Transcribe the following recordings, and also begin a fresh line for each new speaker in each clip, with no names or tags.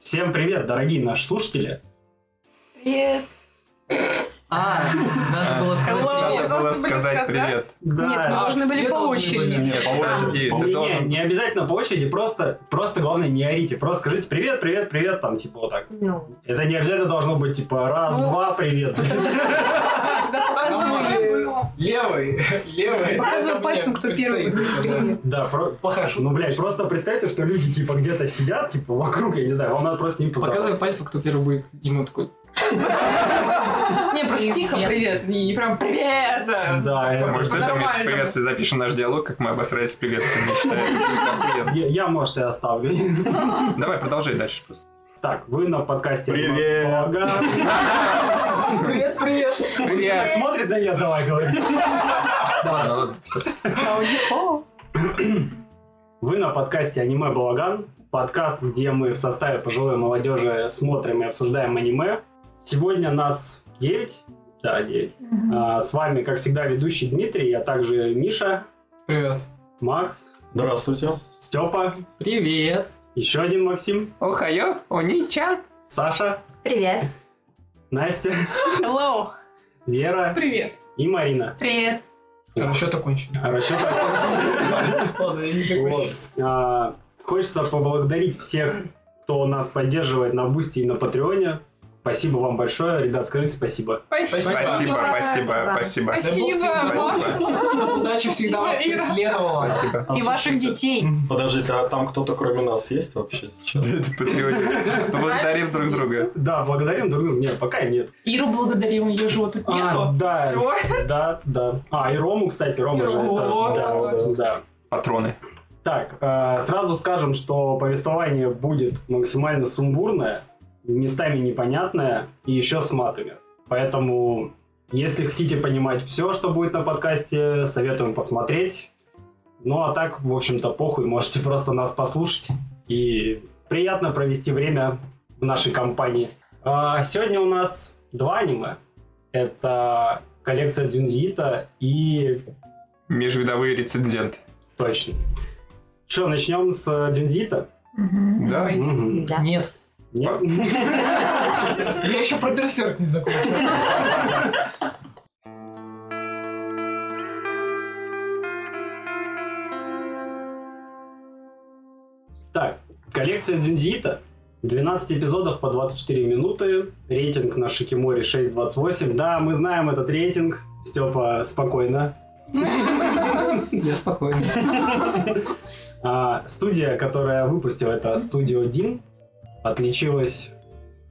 Всем привет, дорогие наши слушатели.
Привет.
А, надо
Э,
было сказать
Hello.
привет. А,
Вы
Надо было
должны были
сказать
сказать?
привет.
Нет, мы должны были
все
по
должны
очереди.
были.
Нет, по очереди.
По-
Ты
не,
должен...
не обязательно по очереди, просто, просто главное не орите. Просто скажите привет, привет, привет, там типа вот так. Это не обязательно должно быть типа раз,
Ну.
два, привет.
Да, показывай.
Левый, левый.
Показывай
это
пальцем,
мне
кто первый
предстоит.
будет. Привет.
Да, про...
Плохая шутка.
ну, блядь, просто представьте, что люди типа где-то сидят, типа вокруг, я не знаю, вам надо просто с ним
Показывай
поздороваться.
пальцем, кто первый будет. И мы такой,
Не, просто тихо, привет. Не не прям привет.
Да,
Может,
это-
это вместо
По-нормальному.
приветствия запишем наш диалог, как мы обосрались в приветствии, не считая. это будет охуенно.
Я, я, может, и оставлю.
Давай, продолжай дальше просто.
Так, вы на подкасте.
Привет.
Ага.
Привет, привет.
Он так смотрит на меня, давай, говори.
Да ладно, ладно.
О,
Вы на подкасте «Аниме Балаган», подкаст, где мы в составе пожилой молодежи смотрим и обсуждаем аниме. Сегодня нас 9, да, 9. А, с вами, как всегда, ведущий Дмитрий, а также Миша,
Привет.
Макс,
Здравствуйте.
Степа,
Привет.
еще один Максим,
Охайо, онича.
Саша,
Привет.
Настя,
Hello.
Вера
Привет.
и Марина.
Привет.
Там счет окончен.
Расчет
Ладно, я не закончил.
Вот. А, Хочется поблагодарить всех, кто нас поддерживает на Бусти и на Патреоне. Спасибо вам большое. Ребят, скажите спасибо.
Спасибо, спасибо,
Спасибо.
спасибо.
Да бог тебе,
Спасибо.
Чтоб удача всегда вас
Спасибо.
преследовала.
Спасибо.
А
И
слушайте,
ваших детей.
Подождите, а там кто-то кроме нас есть вообще сейчас?
Это патриотизм. Благодарим друг друга.
Да, благодарим друг друга. Нет, пока нет.
Иру благодарим, ее же вот тут
А, да,
Всё.
да, да. А, и Рому, кстати, Рома же
О,
это... да, Да.
Патроны.
Так, э, сразу скажем, что повествование будет максимально сумбурное, местами непонятное и еще с матами. Поэтому, если хотите понимать все, что будет на подкасте, советуем посмотреть. Ну а так, в общем-то, похуй, можете просто нас послушать. И приятно провести время в нашей компании. А, сегодня у нас два аниме. Это коллекция Дзюнзита и
Межвидовые рециденты.
Точно. Че, начнем с э, Дюнзита?
Да?
Ой.
Мгм.
Да.
Нет.
Нет?
Я еще про берсерк не закончил.
Так, коллекция Дюнзита. 12 эпизодов по 24 минуты. Рейтинг на Шикиморе 6.28. Да, мы знаем этот рейтинг. Степа, спокойно.
Я спокойно.
А, студия, которая выпустила это, Студио Дин, отличилась...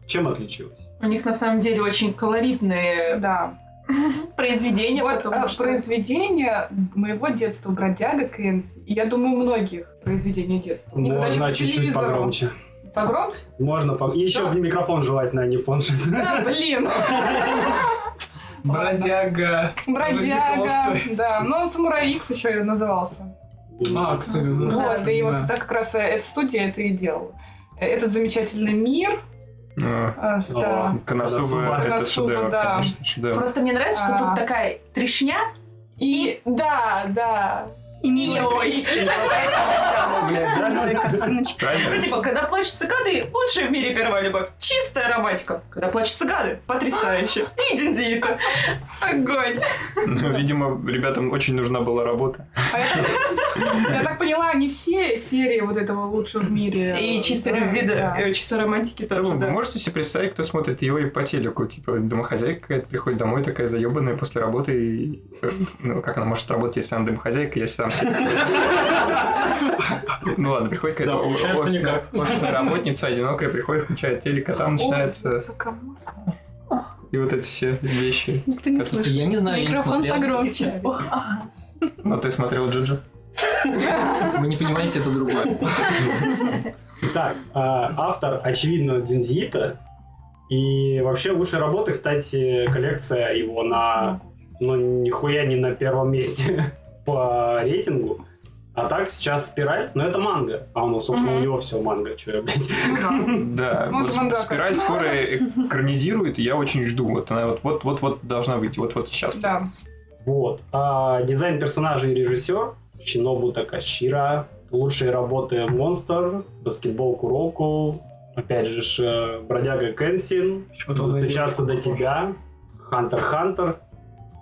Чем отличилась?
У них на самом деле очень колоритные
Да.
произведения,
Вот
потому
а,
что...
произведение моего детства «Бродяга Кэнси». И я думаю, многих произведений детства. Никогда не
Можно
по
чуть-чуть
телевизору.
погромче.
Погромче?
Можно погромче. Еще
Да.
в микрофон желательно, а не в планшет.
Да, блин.
Бродяга.
Бродяга.
Толстой.
Да, но он Самурай Икс еще и назывался.
А, кстати, да.
Вот, и вот
Да.
это как раз э, эта студия это и делала. Э, Этот замечательный мир.
Ну,
э, с-
О,
да.
Коносуба,
Коносуба,
это шедевр,
да.
конечно, шедевр.
Просто мне нравится, что
А.
тут такая трешня
И да, да.
и милой.
Ну,
Правильно?
Типа, когда плачут цикады, лучшая в мире первая любовь. Чистая романтика. Когда плачут цикады, потрясающе. И Динзиита. Огонь.
Ну, видимо, ребятам очень нужна была работа.
А это- Я так поняла, не все серии вот этого лучше в мире.
И
э,
чистой
да,
любви, да.
да.
э, Чистой романтики
В целом,
тоже,
вы
да.
можете себе представить, кто смотрит его и по телеку? Типа, домохозяйка какая-то приходит домой, такая заебанная после работы. И, э, ну, как она может работать, если она домохозяйка, если сам себе? Ну ладно, приходит какая-то
Да, получается,
офисная,
никак.
офисная работница, одинокая, приходит, включает телек, а там
Ой,
начинается
высокомордый.
и вот эти все вещи.
Никто не
Это-
слышит.
Я не знаю, я не
Микрофон
смотрел.
погромче.
Ну, ты смотрел Джуджу?
Вы не понимаете, это другое.
Итак, а, автор, очевидно, Дзюнзиита. И вообще лучшей работы, кстати, коллекция его на... Ну, нихуя не на первом месте по рейтингу. А так сейчас спираль, но это манга. А ну, собственно,
Мгм.
у него все манга, что я, блядь.
Ну
Да,
да. Ну,
вот
это мангака.
спираль скоро экранизирует, и я очень жду. Вот она вот вот вот вот должна выйти, вот вот сейчас.
Да.
Вот. А дизайн персонажей и режиссер Шинобу Такашира. Лучшие работы Монстр, Баскетбол Куроку, опять же ж, э, Бродяга Кенсин,
Почему-то он на
Достучаться до
девочку похож.
тебя, Хантер Хантер.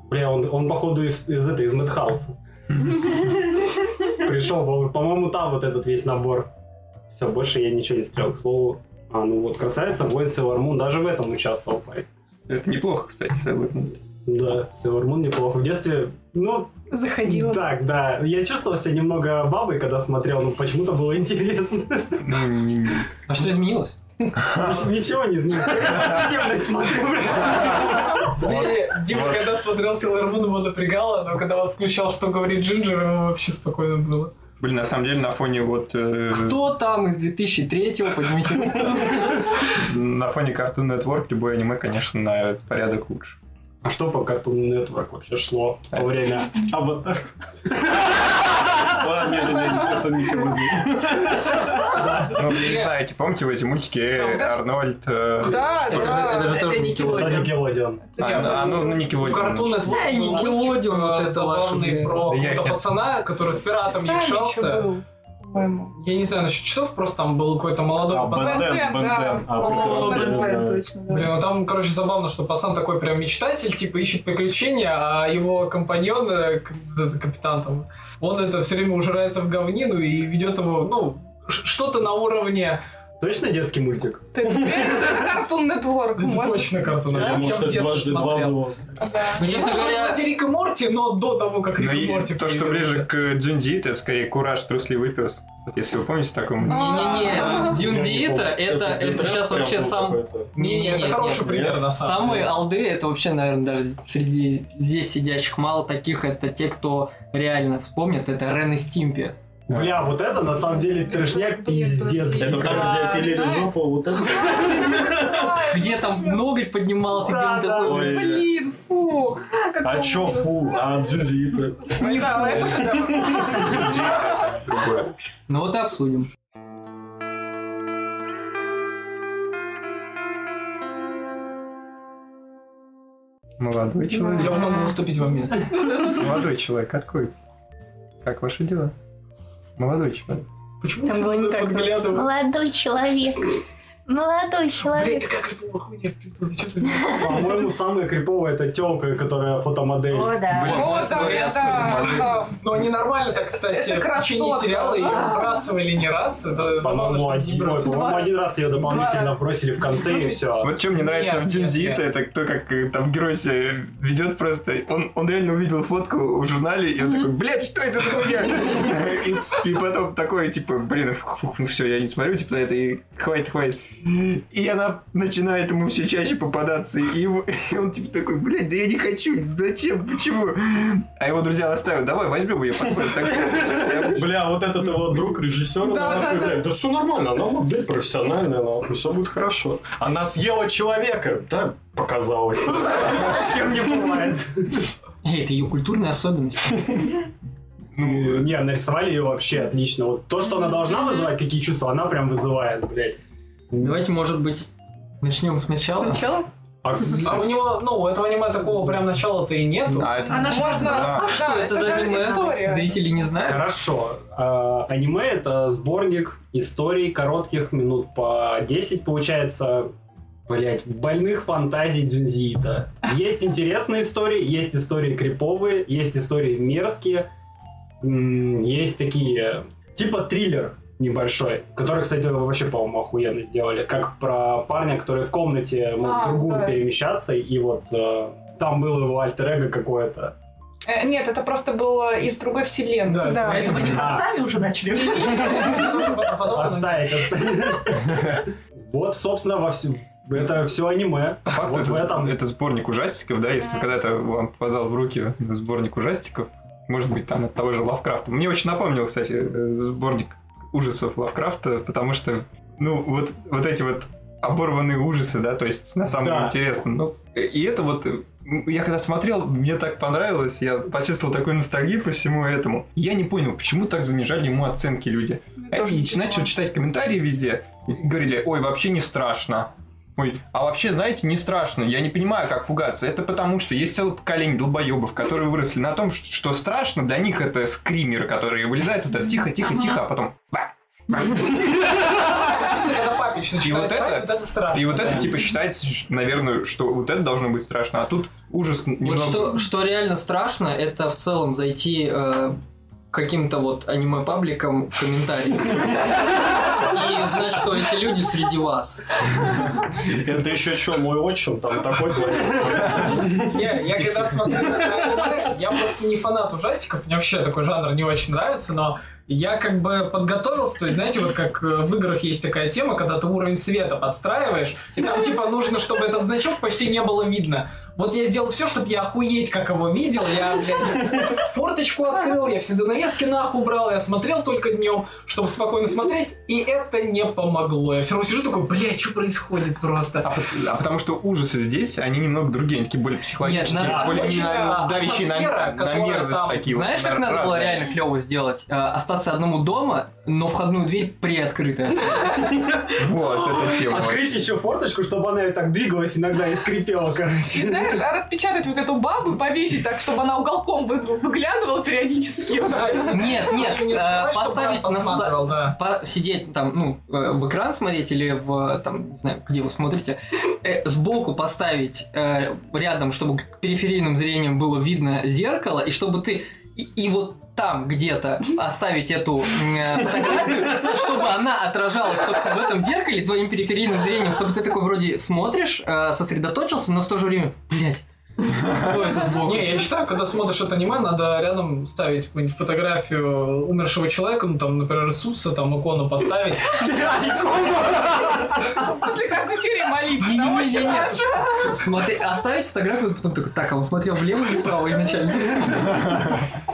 Бля, он, он походу из, из этой, из Мэтхауса. Пришел, по- по-моему, там вот этот весь набор. Все, больше я ничего не стрелял, к слову. А, ну вот, красавица, воин Sailor Moon даже в этом участвовал, парень.
Это неплохо, кстати, Sailor Moon.
Да, Sailor Moon неплохо. В детстве, ну,
Заходила.
Так, да. Я чувствовал себя немного бабой, когда смотрел, но почему-то было интересно.
Ну, не- не-
А что изменилось?
Ничего не изменилось. Я судебность смотрю, бля.
Не, Дима,
Вот.
когда смотрел Sailor Moon, его напрягало, но когда он включал, что говорит Джинджер, ему вообще спокойно было.
Блин, на самом деле, на фоне вот... э,
Кто там из 2003-го, поднимите руку.
На фоне Cartoon Network любое аниме, конечно, на порядок лучше.
А что по Cartoon Network вообще шло в то время?
Аватар. А, нет, нет, нет, это не комедия.
Ну, я не знаю, эти, помните вы эти мультики э,
да.
Арнольд... э,
Да,
Это же-
да.
это же тоже
Вот
Никелодеон.
это Никелодеон.
А, ну, а, ну, на
У
Никелодеон.
Cartoon
значит.
Network
Да, и
был
Никелодеон,
мультик,
вот
э,
это
забавный
ваши,
про
да. Да я-
какого-то
я-
пацана, который с пиратом
часами ещё
якшался.
был, по-моему.
Я не знаю, насчет часов, просто там был какой-то молодой
А,
пацан.
Бен Тен,
Бен Тен,
Бен Тен.
да.
А,
О,
прекрасно,
Бен
я знаю.
Блин, ну там, короче, забавно, что пацан такой прям мечтатель, типа ищет приключения, а его компаньон, э, к- этот капитан там, он это все время ужирается в говнину и ведет его, ну, ш- что-то на уровне...
Точно детский мультик?
Ты- Это Cartoon Network.
Это
вот.
точно карту
Я думал, что это дважды два было.
Да.
Ну, честно говоря,
вроде Рик и Морти, но до того, как
Ну,
Рик и
и
Морти
то, что
появился.
ближе к Джинди, это скорее Кураж, трусливый пес. Если вы помните такой мультик.
Не-не-не, Дюнзиита, это, это сейчас вообще сам...
Не, это
Не-не-не,
хороший
нет,
пример,
нет.
на самом
Самые
деле.
алды, это вообще, наверное, даже среди здесь сидящих мало таких, это те, кто реально вспомнит, это Рен и Стимпи.
Бля, вот это на самом деле трешняк
Блин,
пиздец.
подожди.
Это там, где опилили жопу, вот это.
Где там ноготь поднимался, где
Да,
он
да.
такой...
Ой.
Блин, фу. Какой
А чё
ужас.
фу? А Джудита.
Ну, Не
Да,
фу,
это
это же
Джинди, это другое.
Ну вот и обсудим.
Молодой
Я
человек.
могу уступить вам место.
Молодой человек, откроется. Как ваши дела? Молодой человек.
Почему
Там
все
было не так, да.
подглядывают?
Молодой человек. Молодой
Блин,
человек.
такая криповая хуйня в пизду, зачем ты
По-моему, самая криповая это телка, которая фотомодель.
О, да.
Блин,
ну,
О,
мы с тобой
да, да,
обсудим.
да.
Но Ну, они нормально так, кстати,
Это
в течение
красотка.
сериала ее выбрасывали не раз. Это забавно,
По-моему,
что они не
ну, один, ой,
бросили.
по-моему, один раз ее
Два
дополнительно
раза.
бросили в конце и все.
Вот что мне нравится
Нет,
в Джинди,
нет,
Ито, это кто как э, там герой себя ведет просто. Он, он реально увидел фотку в журнале, и он такой, блядь, что это за хуйня? И- И потом такой, типа, блин, фух, ну все, я не смотрю, типа, на это, и хватит, хватит. И она начинает ему все чаще попадаться, и, его- и он типа такой, блядь, да я не хочу, зачем, почему? А его друзья настаивают, давай, возьмем ее, посмотрим. Так, я-
Бля, вот этот его друг, режиссер,
Да, да,
нахуй,
да.
говорит, да все нормально, она вот, блядь, профессиональная, нахуй, все будет хорошо. Она съела человека, да, показалось.
С кем не бывает.
Эй, это ее культурная особенность.
Ну, не, нарисовали ее вообще отлично. Вот то, что она должна вызывать, какие чувства, она прям вызывает, блядь.
Давайте, может быть, начнем сначала.
Сначала?
А
А у него, ну, у этого аниме такого прям начала-то и нету.
А это-
Она же
Да.
должна
А
рассуждать.
Что это за
же история.
аниме? Зрители не знают.
Хорошо. А, аниме это сборник историй коротких минут по 10, получается. Блять, больных фантазий Дзюнзиита. Есть интересные истории, есть истории криповые, есть истории мерзкие, м, есть такие типа триллер небольшой, который, кстати, вообще, по-моему, охуенно сделали. Как про парня, который в комнате мог
А,
в другую
да.
перемещаться, и вот э, там было его альтер-эго какое-то.
Э, Нет, это просто было из другой вселенной.
Да,
Да.
это аниме.
А,
уже начали.
Я тоже потом подумал,
Отставить, отставить. Вот, собственно, во всем. Это все аниме.
По факту
Вот
это,
в этом.
это сборник ужастиков, да, если когда-то вам попадал в руки сборник ужастиков, может быть, там от того же Лавкрафта. Мне очень напомнил, кстати, э, сборник ужасов Лавкрафта, потому что, ну, вот, вот эти вот оборванные ужасы, да, то есть на самом
Да.
деле интересно. Ну, и это вот, э, я когда смотрел, мне так понравилось, я почувствовал такую ностальгию по всему этому. Я не понял, почему так занижали ему оценки люди.
Ну,
Э,
тоже
И начинать
ничего.
читать комментарии везде, и говорили, ой, вообще не страшно. Ой, а вообще, знаете, не страшно. Я не понимаю, как пугаться. Это потому, что есть целое поколение долбоебов, которые выросли на том, что, что страшно. Для них это скримеры, которые вылезают вот это тихо-тихо-тихо, а потом... ба.
Честно, когда папич начинает
вот это-
орать, вот это страшно.
И вот это, типа, считается, ш- наверное, что вот это должно быть страшно. А тут ужас
Вот
немного...
что, что реально страшно, это в целом зайти э, к каким-то вот аниме-пабликам в комментарии. И знать, что эти люди среди вас.
Это еще что, мой отчим там такой творит?
Я, я когда смотрел это аниме, я просто не фанат ужастиков, мне вообще такой жанр не очень нравится, но я как бы подготовился, то есть, знаете, вот как э, в играх есть такая тема, когда ты уровень света подстраиваешь, и там типа нужно, чтобы этот значок почти не было видно. Вот я сделал все, чтобы я охуеть как его видел, я, блядь, форточку открыл, я все занавески нахуй убрал, я смотрел только днем, чтобы спокойно смотреть, и это не помогло. Я все равно сижу такой, блядь, что происходит просто?
А, пот- а потому что ужасы здесь, они немного другие, они такие более психологические,
Нет, надо-
более
очень, да,
давящие на,
атмосфера,
на
которая
мерзость
там-
такие. вот,
Знаешь, как
на-
надо было
разные.
реально клево сделать? Э, остаться одному дома, но входную дверь приоткрытая.
Вот, эта тема.
Открыть еще форточку, чтобы она так двигалась иногда и скрипела,
И
короче.
знаешь, а распечатать вот эту бабу и повесить так, чтобы она уголком вы- выглядывала периодически. Вот так.
Нет, нет,
Не
э,
скрывай, чтобы
поставить
она
на ста-
подсматривала, да.
по- сидеть там, ну, э, в экран смотреть или в, э, там, не знаю, где вы смотрите, э, сбоку поставить э, рядом, чтобы к периферийным зрением было видно зеркало, и чтобы ты и, и вот там где-то оставить эту м, э, фотографию, чтобы она отражалась собственно, в этом зеркале твоим периферийным зрением, чтобы ты такой вроде смотришь, э, сосредоточился, но в то же время, блядь, кто это сбоку?
Не, я считаю, когда смотришь это аниме, надо рядом ставить какую-нибудь фотографию умершего человека, ну там, например, Иисуса, там икону поставить.
После каждой серии молиться. Да, очень
Не-не-не-не.
хорошо.
Смотри, оставить фотографию, потом такой, так, а он смотрел влево или вправо изначально?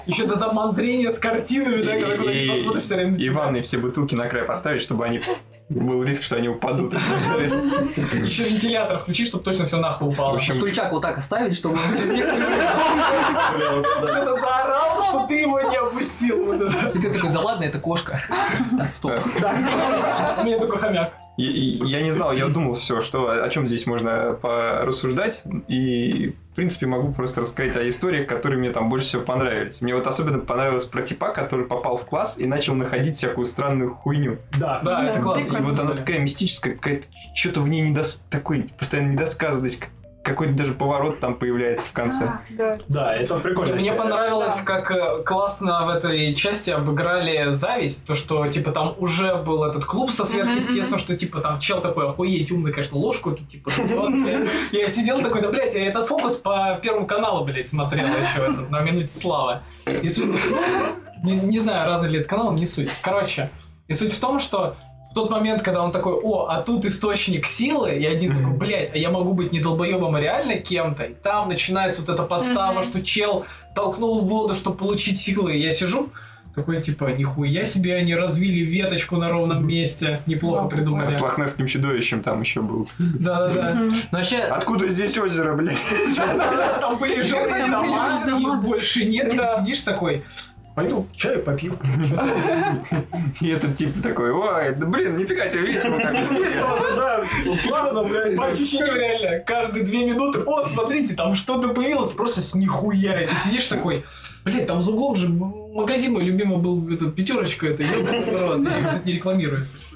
Еще это там манзрение с картинами, да, когда куда-нибудь
И-
посмотришь все время.
И ванные все бутылки на край поставить, чтобы они... Был риск, что они упадут. В
Еще вентилятор включи, чтобы точно все нахуй упало.
общем,
Стульчак вот так оставить, чтобы он сквозняк не влез.
Бля, вот, да.
Кто-то заорал, что ты его не опустил. Вот это.
И ты такой, да ладно, это кошка. Так, стоп.
У меня только хомяк.
И- и- Я не знал, я думал все, что о чем здесь можно порассуждать. И, в принципе, могу просто рассказать о историях, которые мне там больше всего понравились. Мне вот особенно понравилось про типа, который попал в класс и начал находить всякую странную хуйню.
Да.
Да, это
Да,
классно.
И вот она такая мистическая, какая-то что-то в ней недос... такой постоянно недосказанность, какой-то даже поворот там появляется в конце.
Ах, да.
Да, это
Мне-
прикольно.
Мне понравилось,
Да.
как э, классно в этой части обыграли зависть, то, что, типа, там уже был этот клуб со
Мгм, мгм.
сверхъестественным, что, типа, там чел такой, охуеть, умный, конечно, ложку, тут, типа, вот, э, я сидел такой, да, блядь, я этот фокус по Первому каналу, блядь, смотрел еще этот, на минуте славы. И суть, не, не знаю, разный ли это канал, не суть. Короче, и суть в том, что в тот момент, когда он такой, о, а тут источник силы, и один такой, блядь, а я могу быть не долбоебом, а реально кем-то. И там начинается вот эта подстава,
Мгм.
что чел толкнул в воду, чтобы получить силы. И я сижу, такой, типа, нихуя себе, они развили веточку на ровном месте. Неплохо
Да,
придумали.
С лохнесским чудовищем там еще был.
Да-да-да.
Ну вообще,
Откуда здесь озеро, блядь?
Там были жилые
Там были
дома,
жилые дома.
их больше нет.
Да.
Ты сидишь такой, пойду чаю попью.
И этот тип такой, ой, да блин, нифига тебе весело как
Да, типа, классно, блядь.
По ощущениям реально, каждые две минуты, о, смотрите, там что-то появилось, просто с нихуя. И ты сидишь такой, блядь, там за углом же магазин мой любимый был, это, пятерочка, это, ёбаный в рот». я её, кстати, не рекламирую. если что.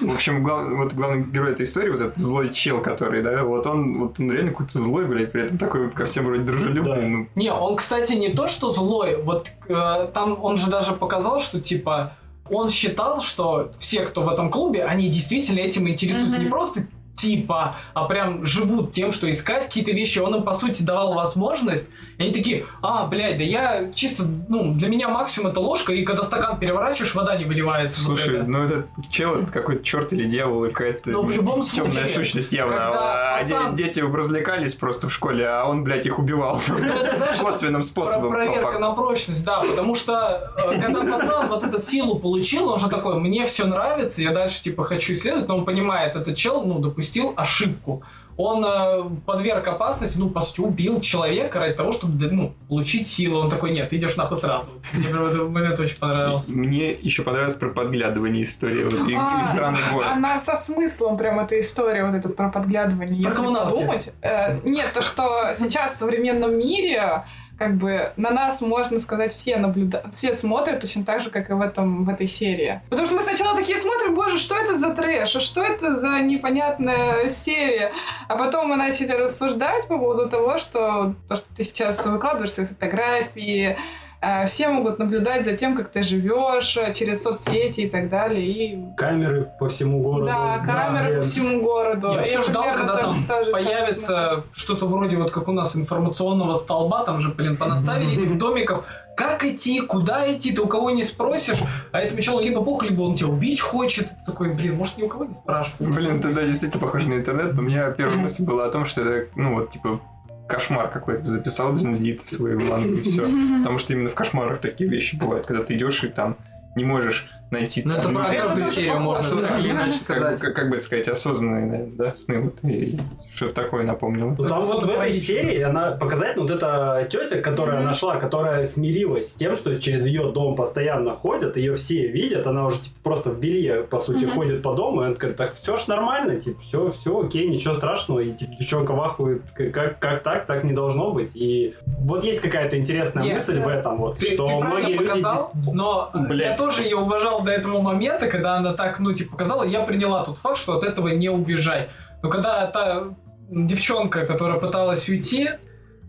В общем, глав- вот главный герой этой истории, вот этот злой чел, который, да, вот он, вот он реально какой-то злой, блядь, при этом такой вот ко всем вроде дружелюбный,
Да.
ну,
Не, он, кстати, не то, что злой, вот э, там он же даже показал, что, типа, он считал, что все, кто в этом клубе, они действительно этим интересуются.
Мгм.
Не просто типа, а прям живут тем, что искать какие-то вещи. Он им, по сути, давал возможность. И они такие, а, блядь, да я чисто, ну, для меня максимум это ложка, и когда стакан переворачиваешь, вода не выливается. Вот
слушай,
это.
ну этот чел, это какой-то черт или дьявол, или какая-то
Но в любом
темная
случае,
сущность явно.
когда
А, а де-
пацан-
дети развлекались просто в школе, а он, блядь, их убивал
Ну, это, знаешь, это
косвенным способом. по
Про- проверка
факту.
на прочность, да, потому что э, когда пацан вот этот силу получил, он же такой, мне все нравится, я дальше типа хочу исследовать, но он понимает, этот чел, ну, допустил ошибку. Он э, подверг опасности, ну, по сути, убил человека ради того, чтобы, да, ну, получить силу. Он такой, нет, ты идешь нахуй сразу. Мне прям этот момент очень понравился.
Мне еще понравилось про подглядывание истории вот, и,
А.
и странный город.
Она со смыслом прям эта история вот эта про подглядывание.
Про
если
коммуналки.
подумать, э, нет, то что сейчас в современном мире как бы на нас, можно сказать, все наблюдают, все смотрят точно так же, как и в, этом, в этой серии. Потому что мы сначала такие смотрим, боже, что это за трэш, а что это за непонятная серия? А потом мы начали рассуждать по поводу того, что то, что ты сейчас выкладываешь свои фотографии, э, все могут наблюдать за тем, как ты живешь э, через соцсети и так далее. И
Камеры по всему городу.
да, камеры
везде.
по всему городу.
Я все ждал,
примерно
когда
то
там
же- та же самая ситуация.
появится что-то вроде вот как у нас информационного столба, там же, блин, понаставили этих домиков. Как идти, куда идти, ты у кого не спросишь, а этому челу либо бог, либо он тебя убить хочет. Ты такой, блин, может, ни у кого не спрашивают.
Блин, ты, да, действительно похож на интернет, но у меня первая мысль была о том, что это, ну, вот, типа, кошмар какой-то. Записал Дзиндзит свою мангу и все. Потому что именно в кошмарах такие вещи бывают, когда ты идешь и там не можешь найти...
Ну, это
там,
про
ну,
Это
каждую
тоже
серию
похоже,
можно
ну,
так
так
или
или
иначе
иначе, как, бы-
сказать.
как, как бы это сказать, осознанные, наверное, да, сны, вот, и, что-то такое напомнило.
Ну там
Это
вот в
что-то
этой
поистине.
серии она показательна, вот эта тетя, которая
Мгм.
нашла, которая смирилась с тем, что через ее дом постоянно ходят, ее все видят, она уже типа, просто в белье, по сути,
Мгм.
ходит по дому, и она такая, так все ж нормально, типа, все, все, окей, ничего страшного, и типа, девчонка вахует, к- как, как так, так не должно быть, и вот есть какая-то интересная
Нет, э,
мысль
да.
в этом, вот,
Ты,
что
ты
многие
правильно
люди...
показал, но
Блядь.
я тоже ее уважал до этого момента, когда она так, ну, типа, показала, я приняла тот факт, что от этого не убежать. Но когда та девчонка, которая пыталась уйти,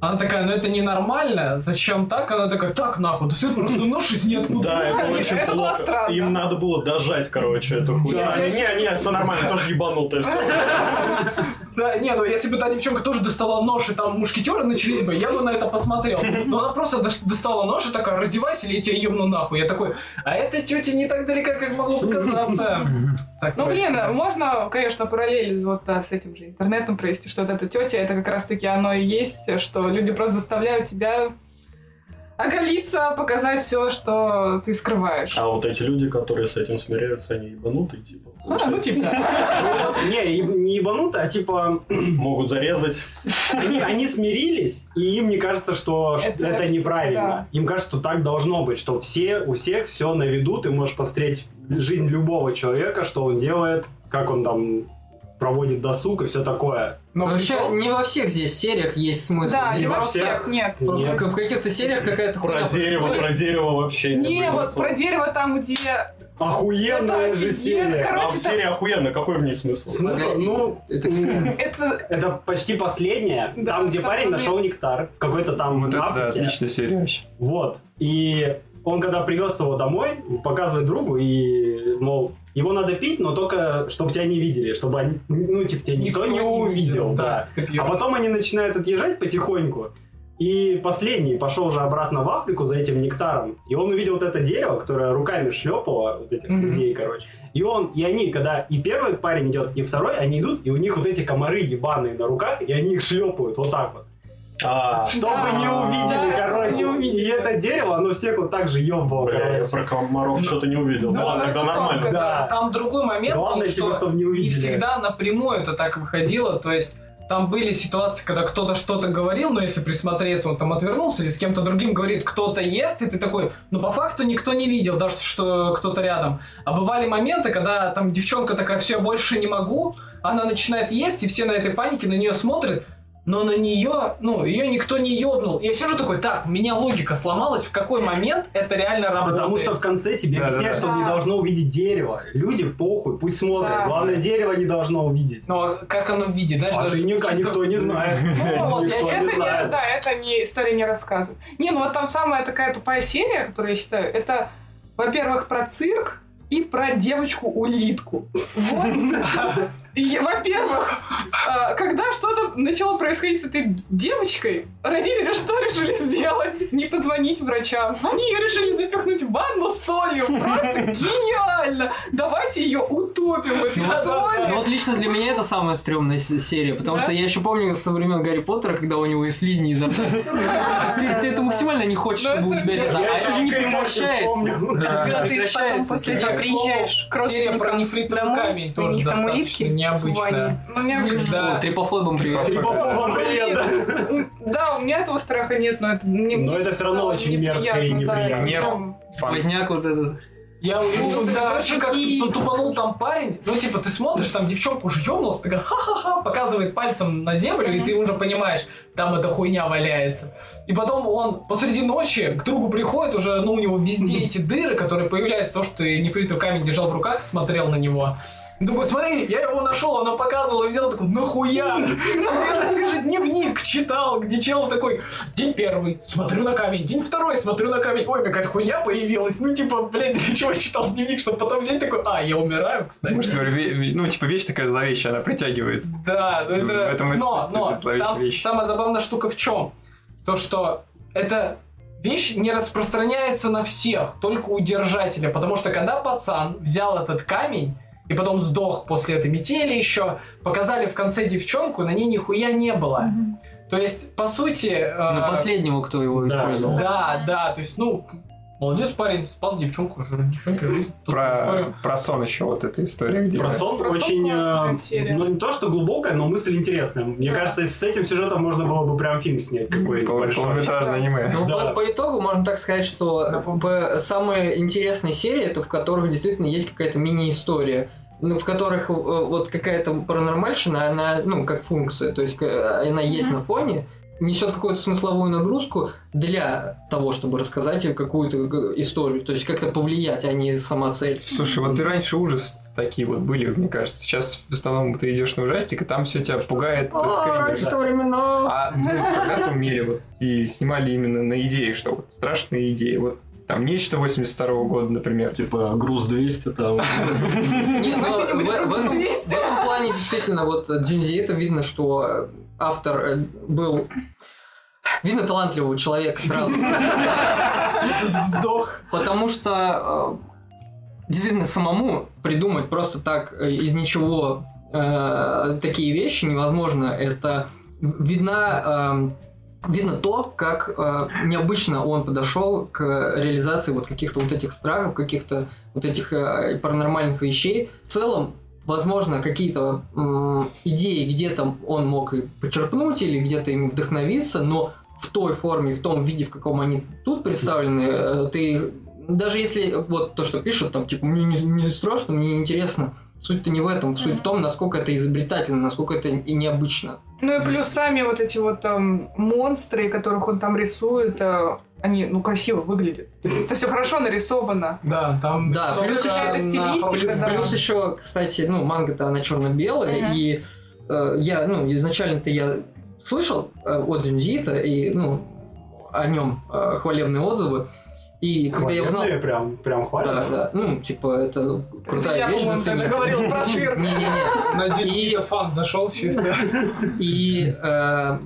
она такая, ну это ненормально, зачем так? Она такая, так нахуй, да все это просто нож из ниоткуда.
Да, это
это
очень
было
плохо.
странно.
Им надо было дожать, короче, эту хуйню.
Да.
А, Не, не, все нормально, тоже ебанутая. всё.
Да, не, ну если бы та девчонка тоже достала нож, и там мушкетеры начались бы, я бы на это посмотрел. Но она просто дос- достала нож и такая, раздевайся, или я тебя ебну нахуй. Я такой, а эта тетя не так далека, как могло показаться. Так,
Ну, блин,
поэтому-
можно, конечно, параллель вот а, с этим же интернетом провести, что вот эта тетя, это как раз-таки оно и есть, что люди просто заставляют тебя оголиться, показать все, что ты скрываешь.
А вот эти люди, которые с этим смиряются, они ебанутые, типа.
А, ну, типа,
Не, еб- не ебануто, а типа
Могут зарезать.
они, они смирились, и им не кажется, что ш-
Это
это,
так,
неправильно. Им кажется, что так должно быть, что все, у всех все на виду, ты можешь посмотреть жизнь любого человека, что он делает, как он там проводит досуг и все такое.
Но
Вообще,
прикол-
не во всех здесь сериях есть смысл.
Да,
Здесь
не во
просто
всех, нет.
Нет.
В в каких-то сериях какая-то
Про
хуйня
дерево,
происходит.
про дерево вообще.
Не,
нет
вот
смысла.
про дерево там, где...
А,
Охуенная
Это
же
офигенно,
серия!
А
Ну, короче,
в
там-
серии охуенно, какой в ней смысл?
Смысл?
Погоди.
Ну,
Это-
м,
Это...
это почти последняя.
Да,
там, где
там
парень
он-
нашел нектар в какой-то там
Вот это, да,
Африке.
отличная серия вообще.
Вот. И он, когда привез его домой, показывает другу, и, мол, его надо пить, но только, чтобы тебя не видели, чтобы они, ну, типа, тебя никто, не увидел, да.
ты пьёшь.
А потом они начинают отъезжать потихоньку, и последний пошел уже обратно в Африку за этим нектаром, и он увидел вот это дерево, которое руками шлепало вот этих
Мгм.
людей, короче. И он, и они, когда и первый парень идет, и второй, они идут, и у них вот эти комары ебаные на руках, и они их шлепают вот так вот.
А,
Чтобы
Да.
не увидели,
Да, чтобы
короче.
не увидели.
И это дерево, оно всех вот так же ебало,
бля, я
короче.
про комаров что-то не увидел.
Да,
Да, ладно,
это
тогда
тонко.
нормально.
Да.
Там другой момент, был,
Главное, типа,
что
чтобы
не
не увидели.
всегда напрямую это так выходило, то есть там были ситуации, когда кто-то что-то говорил, но если присмотреться, он там отвернулся или с кем-то другим говорит, кто-то ест, и ты такой, ну по факту никто не видел, даже что кто-то рядом. А бывали моменты, когда там девчонка такая, все, я больше не могу, она начинает есть, и все на этой панике на нее смотрят, но на нее, ну, ее никто не ебнул. И я все же такой, так, у меня логика сломалась, в какой момент это реально работает.
Потому что в конце тебе
Да, да,
объясняют,
да.
что не
Да.
должно увидеть дерево. Люди похуй, пусть смотрят.
Да.
Главное, дерево не должно увидеть.
Ну, а как оно видит, знаешь,
а
даже
ты никак, никто не знает.
Ну, вот, я-
Никто
это
не
не,
знает.
да, это не история не рассказывает. Не, ну вот там самая такая тупая серия, которую я считаю, это, во-первых, про цирк и про девочку-улитку. Вот. И я- Во-первых, а, когда что-то начало происходить с этой девочкой, родители что решили сделать? Не позвонить врачам. Они ее решили запихнуть в ванну с солью. Просто гениально! Давайте ее утопим в этой
Ну
соли.
вот лично для меня это самая стрёмная с- серия, потому
Да?
что я еще помню со времен Гарри Поттера, когда у него и слизни изо рта. Ты ты это максимально не хочешь,
Ну,
чтобы у
это
тебя
же-
это...
Я
А это же не
еще Гарри Поттер
прекращается.
вспомнил.
Это же не
Когда ты потом
прекращается.
после
Так,
этого
к слову,
приезжаешь к
Серия про
родственникам
нефритовый
домой,
камень
у
тоже
них там
достаточно
улитки.
необычное.
Ну, мне кажется,
Да.
О, трипофобом привет.
Трипофобом привет, да.
Ну, м, Да, у меня этого страха нет, но это не-
Но
мне
Ну, это всё равно
стало
очень мерзко и
неприятно, да,
неприятно.
причём-
Возняк вот этот.
Я увидел,
Ну, да,
короче, как
такие-
ту- тупанул там парень. Ну, типа, ты смотришь, там девчонка уже ёбнулась, такая ха-ха-ха, показывает пальцем на землю, и
Мгм.
ты уже понимаешь, там эта хуйня валяется. И потом он посреди ночи к другу приходит, уже, ну, у него везде эти дыры, которые появляются, то, что и нефритовый камень держал в руках, смотрел на него. И Такой, смотри, я его нашел, она показывала, и взял такой, нахуя? Ты, ты же дневник читал, где чел такой, день первый, смотрю на камень, день второй, смотрю на камень, ой, какая-то хуйня появилась. Ну, типа, блядь, для чего я читал дневник, чтобы потом взять такой, а, я умираю, кстати.
Может, говорю, ве- ве- ну, типа, вещь такая зловещая, она притягивает.
Да, ну
В
это...
этом и
но,
с-
но,
это зловещая
там
вещь.
самая забавная штука в чем? То, что эта вещь не распространяется на всех, только у держателя. Потому что когда пацан взял этот камень, и потом сдох после этой метели еще, показали в конце девчонку, на ней нихуя не было. То есть, по сути...
На
э,
последнего, кто его
да.
использовал.
Да, да, то есть, ну, молодец парень, спас девчонку, жи- девчонке жизнь. Тут не
Про,
спорю.
Э, про сон еще вот эта история, где...
Про сон
Про сон
очень,
классная
э,
серия.
ну не то что глубокая, но мысль интересная. Мне
Да.
кажется, с этим сюжетом можно было бы прям фильм снять какой-нибудь
пол-
большой.
полнометражное аниме.
Ну,
Да.
по, по итогу можно так сказать, что п- самые интересные серии это в которых действительно есть какая-то мини-история. Ну, в которых э, вот какая-то паранормальщина, она, ну, как функция, то есть к- она есть
Мгм.
на фоне, несет какую-то смысловую нагрузку для того, чтобы рассказать ей какую-то г- историю, то есть как-то повлиять, а не сама цель.
Слушай, вот и раньше ужас такие вот были, мне кажется. Сейчас в основном ты идешь на ужастик, и там все тебя пугает.
А,
скример, да.
времена!
А ну, когда-то умели вот и снимали именно на идеи, что вот страшные идеи. Вот там нечто 82 года, например.
Типа груз 200 там.
Не, ну, в,
Давайте не будем
в этом,
грузить.
в этом плане действительно вот э, Джинзи это видно, что э, автор э, был видно талантливого человека сразу,
Тут Сдох.
потому что э, действительно самому придумать просто так э, из ничего э, такие вещи невозможно. Это видно э, видно то, как э, необычно он подошел к реализации вот каких-то вот этих страхов, каких-то вот этих э, паранормальных вещей. В целом, возможно, какие-то м, идеи где-то он мог и почерпнуть или где-то им вдохновиться, но в той форме, в том виде, в каком они тут представлены, э, ты даже если э, вот то, что пишут, там, типа, мне не, не страшно, мне не интересно, суть-то не в этом, суть в том, насколько это изобретательно, насколько это и необычно.
Ну и плюс сами вот эти вот там монстры, которых он там рисует, э, они, ну, красиво выглядят. Это все хорошо нарисовано.
Да, там...
Да,
там
плюс
какая-то
еще
на-
стилистика, да.
Плюс еще, кстати, ну, манга-то она черно-белая,
Мгм.
и э, я, ну, изначально-то я слышал э, от Дзюнзиита, и, ну, о нем хвалебные отзывы. И когда я узнал...
Хвалебные прям, прям хвалят.
Да, да, ну, типа, это крутая
я,
вещь,
по-моему, тогда
зацените.
говорила про Шир.
Не-не-не.
На
И-
Дюдита фан зашел чисто.
И, э,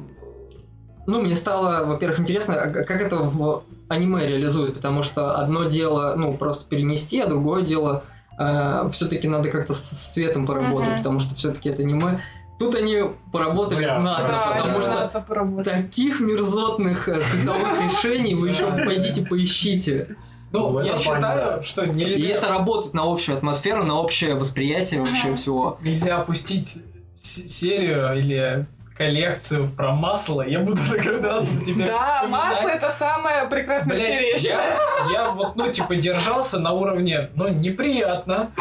ну, мне стало, во-первых, интересно, а как это в аниме реализует, потому что одно дело, ну, просто перенести, а другое дело все-таки надо как-то с, с цветом поработать,
Мгм.
потому что все-таки это аниме. Тут они поработали
Бля,
знатно,
хорошо,
Да,
потому
это
что
надо поработать.
таких мерзотных э, цветовых решений вы еще пойдите поищите.
Ну,
В
я
этом плане, да.
считаю, что
И
нельзя
это работает на общую атмосферу, на общее восприятие вообще всего.
нельзя опустить с- серию или коллекцию про масло. Я буду каждый раз теперь
Да,
вспоминать.
масло это самая прекрасная
Блядь,
серия. я считаю.
я, я вот, ну, типа, держался на уровне, ну, неприятно,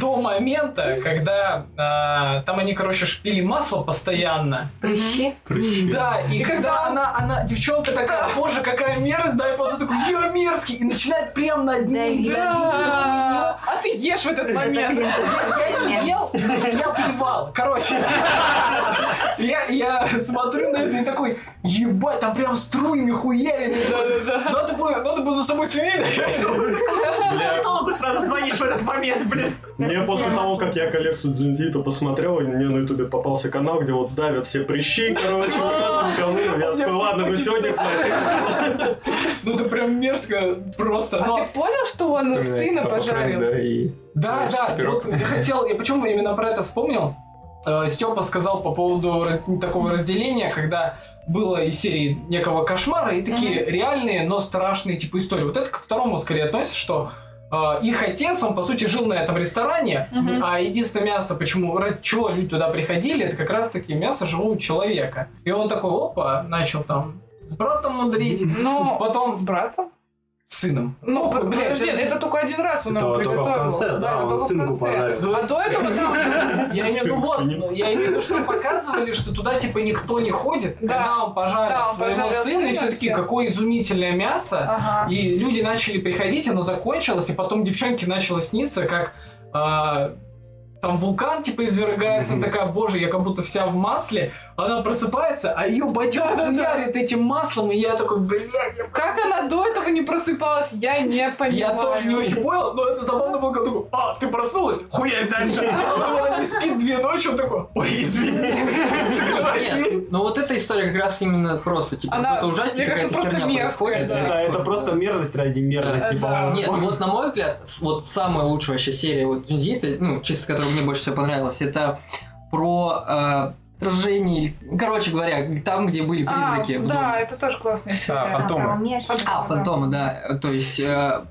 до момента, когда а, там они, короче, шпили масло постоянно.
Прыщи.
Да, и когда она, она, девчонка такая, боже, какая мерзость, да, и потом такой, я мерзкий, и начинает прям над ней
Да,
давить эту хуйню.
Да. А ты ешь в этот момент.
Я не ел, я плевал. Короче, я, я смотрю на это и такой, ебать, там прям струями хуярит. Ну, Надо бы, надо бы за собой следить.
Психологу сразу звонишь в этот момент, блин.
Мне
Простите,
после
я
того,
масло
как я
просто.
коллекцию Дзюнзита посмотрел, и мне на ютубе попался канал, где вот давят все прыщи, короче, вот это говно. Я такой, ладно, вы сегодня, хватит.
Ну это прям мерзко просто.
А
но-
ты понял, что он
Вспоминается
сына
Папа Фрэнк,
пожарил?
Да, и...
Да,
Знаешь,
да,
пирог.
вот я хотел, я почему именно про это вспомнил? Э, Степа сказал по поводу ра- такого разделения, когда было из серии некого кошмара и такие реальные, но страшные типа истории. Вот это ко второму скорее относится, что э, их отец, он, по сути, жил на этом ресторане,
Мгм.
а единственное мясо, почему, ради чего люди туда приходили, это как раз-таки мясо живого человека. И он такой, опа, начал там с братом мудрить,
Ну,
потом с
братом?
сыном.
Ну,
Ох,
блин,
блядь,
подожди, это только один раз он
Это
нам
только в
приготовил.
конце, да,
это
он
только в
сынку
конце.
Ну,
подарил.
А до этого там...
Я имею в виду,
Сын
вот,
свиньи.
ну, я имею в виду, что показывали, что туда типа никто не ходит,
Да.
когда он пожарил
Да, он
своего
пожарил
сына, и
сына,
все-таки
все.
какое изумительное мясо.
Ага.
И люди начали приходить, оно закончилось, и потом девчонке начало сниться, как а, там вулкан типа извергается, она такая, боже, я как будто вся в масле, она просыпается, а ее батюк хуярит этим маслом, и я такой, блядь, я
Как она до этого не просыпалась, я не понимаю.
я тоже не очень понял, но это забавно было, когда такой, а, ты проснулась? Хуярь дальше. Ну, Она не спит две ночи, он такой, ой, извини.
Нет, ну вот эта история как раз именно просто, типа,
Она,
какой-то ужастик,
мне кажется,
какая-то
просто
херня
мерзкая,
происходит.
да.
Это, это просто мерзость ради мерзости,
Да.
по-моему.
Нет, вот на мой взгляд, с- вот самая лучшая вообще серия вот Дзюнзи, это, ну, чисто которая мне больше всего понравилась, это про э, отражение, или- короче говоря, там, где были
А,
призраки. в
да,
доме.
это тоже классная серия.
А, фантомы.
А, фантомы, да. То есть, э,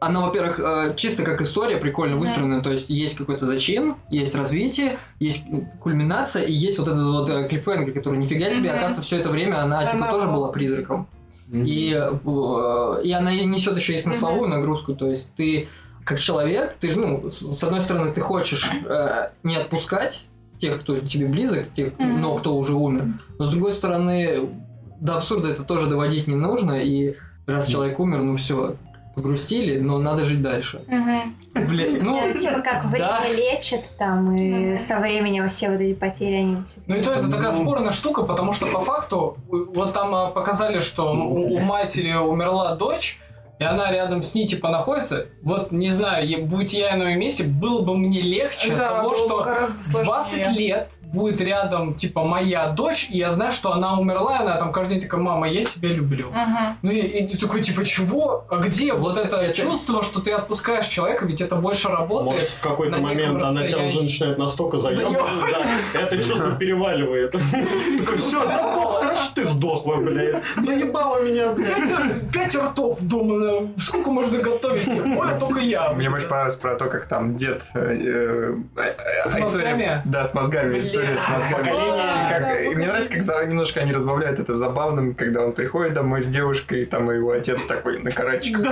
она, во-первых, э, чисто как история прикольно
Мгм.
выстроена, то есть есть какой-то зачин, есть развитие, есть м, кульминация, и есть вот этот вот э, клиффхенгер, который нифига себе,
Мгм.
оказывается, все это время она,
Она
типа тоже
была.
была призраком. И, э, и она и несет еще и смысловую нагрузку. То есть ты как человек, ты же, ну, с, с одной стороны, ты хочешь э, не отпускать тех, кто тебе близок, тех,
Мгм.
но кто уже умер. Но с другой стороны, до абсурда это тоже доводить не нужно. И раз человек умер, ну все, погрустили, но надо жить дальше.
Мгм.
Блин, ну,
Ну, типа как
да.
время лечит там, и
Мгм.
со временем все вот эти потери, они... всё-таки-
Ну и то это такая
Ну.
спорная штука, потому что по факту у- вот там а, показали, что у у матери умерла дочь, и она рядом с ней типа находится. Вот не знаю, е- будь я на ее месте, было бы мне легче от
Да,
того,
было бы
что
гораздо сложнее.
20 лет будет рядом типа моя дочь, и я знаю, что она умерла, и она там каждый день такая, мама, я тебя люблю.
Мгм.
Ну и, и ты такой, типа, чего? А где вот,
Вот
это,
это-
чувство, что ты отпускаешь человека, ведь это больше работает.
Может, в
на
какой-то
неком
момент она тебя
расстоянии.
уже начинает настолько заебывать, да, это чувство переваливает. Такой, все, короче, ты сдохла, блядь. Заебала меня, блядь.
Это Пять ртов дома, э, сколько можно готовить? Ой, а только я.
Мне больше понравилось про то, как там дед... э, э, э,
С
история-
мозгами?
Да, с мозгами.
Блин.
История с мозгами.
Да,
Как-
да,
и мне нравится, как за- немножко они разбавляют это забавным, когда он приходит домой с девушкой, там и его отец такой на карачках.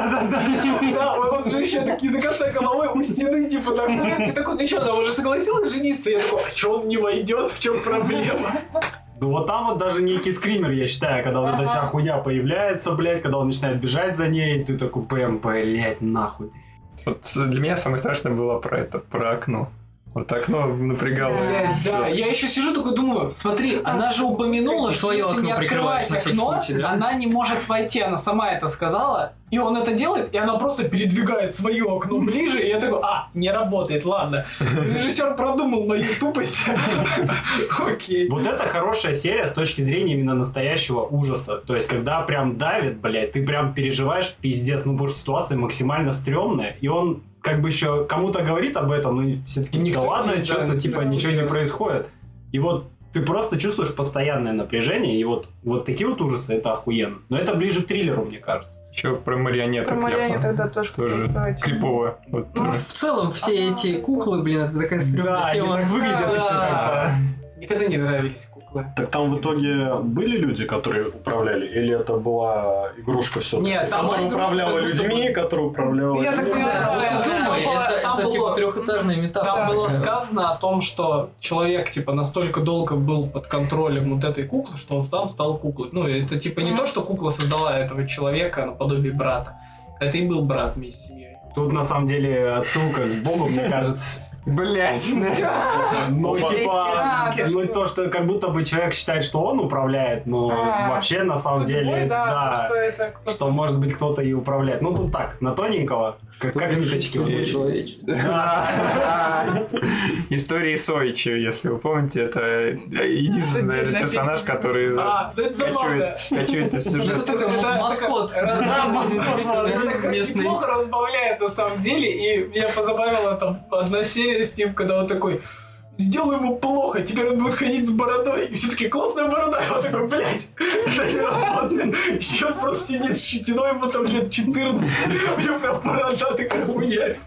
Да, он он же еще так не до конца головой у стены, типа, находится. И такой, ну что, она уже согласилась жениться? Я такой, а что он не войдет, в чем проблема?
Ну вот там вот даже некий скример, я считаю, когда вот эта
Ага.
вся хуйня появляется, блядь, когда он начинает бежать за ней, ты такой, бэм, блядь, нахуй.
Вот с- для меня самое страшное было про это, про окно. Вот окно напрягало.
Да.
Да, я еще сижу такой думаю, смотри, она же упомянула,
И
что
своё
если
окно
не
прикрываешь
открывать
на всякий
окно,
случай, да?
она не может войти, она сама это сказала, и он это делает, и она просто передвигает свое окно ближе, и я такой, а, не работает, ладно. Режиссер продумал мою тупость. Окей.
Вот это хорошая серия с точки зрения именно настоящего ужаса. То есть, когда прям давит, блядь, ты прям переживаешь, пиздец, ну, потому что ситуация максимально стрёмная, и он как бы еще кому-то говорит об этом, но все-таки
Никто
да
не
ладно,
знает,
что-то
да,
типа
да,
ничего не
серьёзно.
происходит. И вот ты просто чувствуешь постоянное напряжение, и вот, вот такие вот ужасы, это охуенно. Но это ближе к триллеру, мне кажется.
Еще про марионеток.
Про Марионе
я помню.
тогда тоже хотела
Тоже
сказать.
Крипово. Вот
ну,
тоже.
в целом все
Ага.
эти куклы, блин, это такая стрёмная тема.
выглядят
Да.
ещё как-то.
Никогда не нравились куклы.
Так там в итоге были люди, которые управляли, или это была игрушка все
Нет, там
которая
игрушка
управляла
как будто
людьми, которая управляла...
Я так
людьми.
поняла.
Да, вот
Да,
и
да,
Ну, думай,
там
это, это
было-
типа Э. трехэтажный метафор.
Там было
Да.
сказано о том, что человек, типа, настолько долго был под контролем вот этой куклы, что он сам стал куклой. Ну, это, типа, не
Мгм.
то, что кукла создала этого человека наподобие брата. Это и был брат вместе с семьей.
Тут на самом деле отсылка к Богу, мне кажется.
Блять.
Ну,
Опа.
типа,
А, ты
ну,
что?
то, что как будто бы человек считает, что он управляет, но
А,
вообще, на самом
судьбой,
деле,
да, то,
да,
что это кто-то-
что, может быть, кто-то и управляет. Ну, тут так, на тоненького, как, как ниточки.
Судьбу
вот.
человечества.
Истории Сойчи, если вы помните, это единственный
Отдельная
наверное, персонаж,
песня.
который
А, да это забавно.
качует качует из
Ну,
сюжета.
это такой
Это- это-
маскот.
Да,
Местный.
Местный. Неплохо разбавляет на самом деле, и меня позабавила там одна серия с ним, когда он такой сделаю ему плохо, теперь он будет ходить с бородой. И все таки классная борода. И он такой, блядь, это не работает. И он просто сидит с щетиной, ему там лет 14. У него прям борода такая хуярь.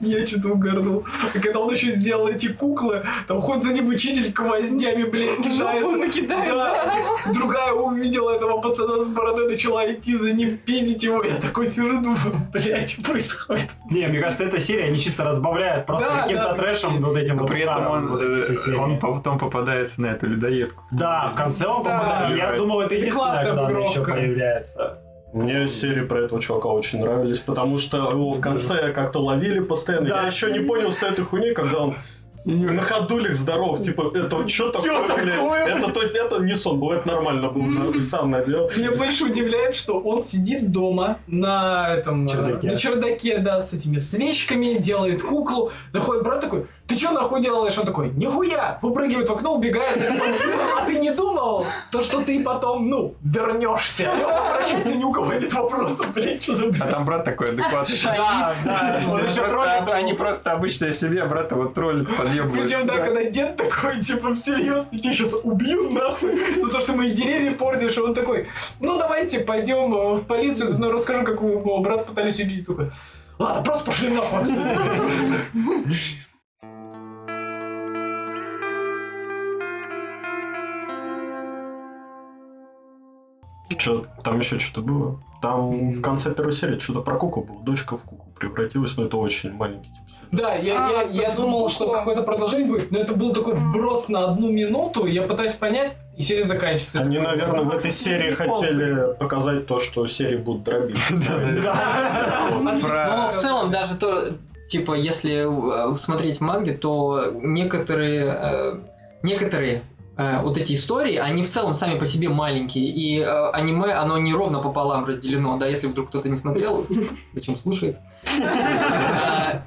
Я что-то угорнул. А когда он еще сделал эти куклы, там хоть за ним учитель гвоздями, блядь, кидается.
Жопу кидает.
Да. Другая увидела этого пацана с бородой, начала идти за ним, пиздить его. Я такой сижу, думаю, блядь, что происходит?
Не, мне кажется, эта серия они чисто разбавляют просто
Да,
каким-то
да,
трэшем
есть.
Ну, вот этим
Но
вот
при этом
ударом
он,
вот
э,
всей серии.
он потом попадается на эту людоедку.
Да, в конце он
Да.
попадает. Я думал, это единственное,
классная
когда она еще
обыгровка.
появляется.
Мне серии про этого чувака очень нравились, потому что его в конце как-то ловили постоянно.
Да.
Я еще не понял с этой хуйни, когда он на ходулях здоров, типа, это что такое, блядь? Это, то есть, это не сон был, это нормально было, сам надел.
Меня больше удивляет, что он сидит дома на этом... э,
Чердаке.
На чердаке, да, с этими свечками, делает куклу. Заходит брат такой, ты что нахуй делаешь? Он такой, нихуя! Выпрыгивает в окно, убегает. Я такой, А ты не думал, то, что ты потом, ну, вернешься? И он возвращается, и ни у кого нет вопросов, блядь, что за
А
бред?
там брат такой адекватный.
Да,
Да,
Он
все
еще
просто-
троллит его.
Они просто обычно себе брата вот троллят, подъебывают.
Причем, да, когда дед такой, типа, всерьез, я тебя сейчас убью, нахуй. Ну, то, что мои деревья портишь, и он такой, ну, давайте пойдем э, в полицию, ну, расскажу, как его моего брата пытались убить. Такой, ладно, просто пошли нахуй. отсюда».
Чё, там еще что-то было? Там в конце первой серии что-то про куку было. Дочка в куку превратилась, но это очень маленький тип.
Да, я,
А,
я,
то
я
есть
думал, что
глубоко.
какое-то продолжение будет, но это был такой вброс на одну минуту, я пытаюсь понять, и серия заканчивается.
Они,
Я такой,
наверное, в этой
«Просто
серии
пиздец,
хотели показать то, что серии будут дробить.
Но
Про...
в целом даже то, типа, если э, смотреть в манге, то некоторые, э, некоторые э, вот эти истории, они в целом сами по себе маленькие, и э, аниме, оно не ровно пополам разделено, да, если вдруг кто-то не смотрел, зачем слушает. А,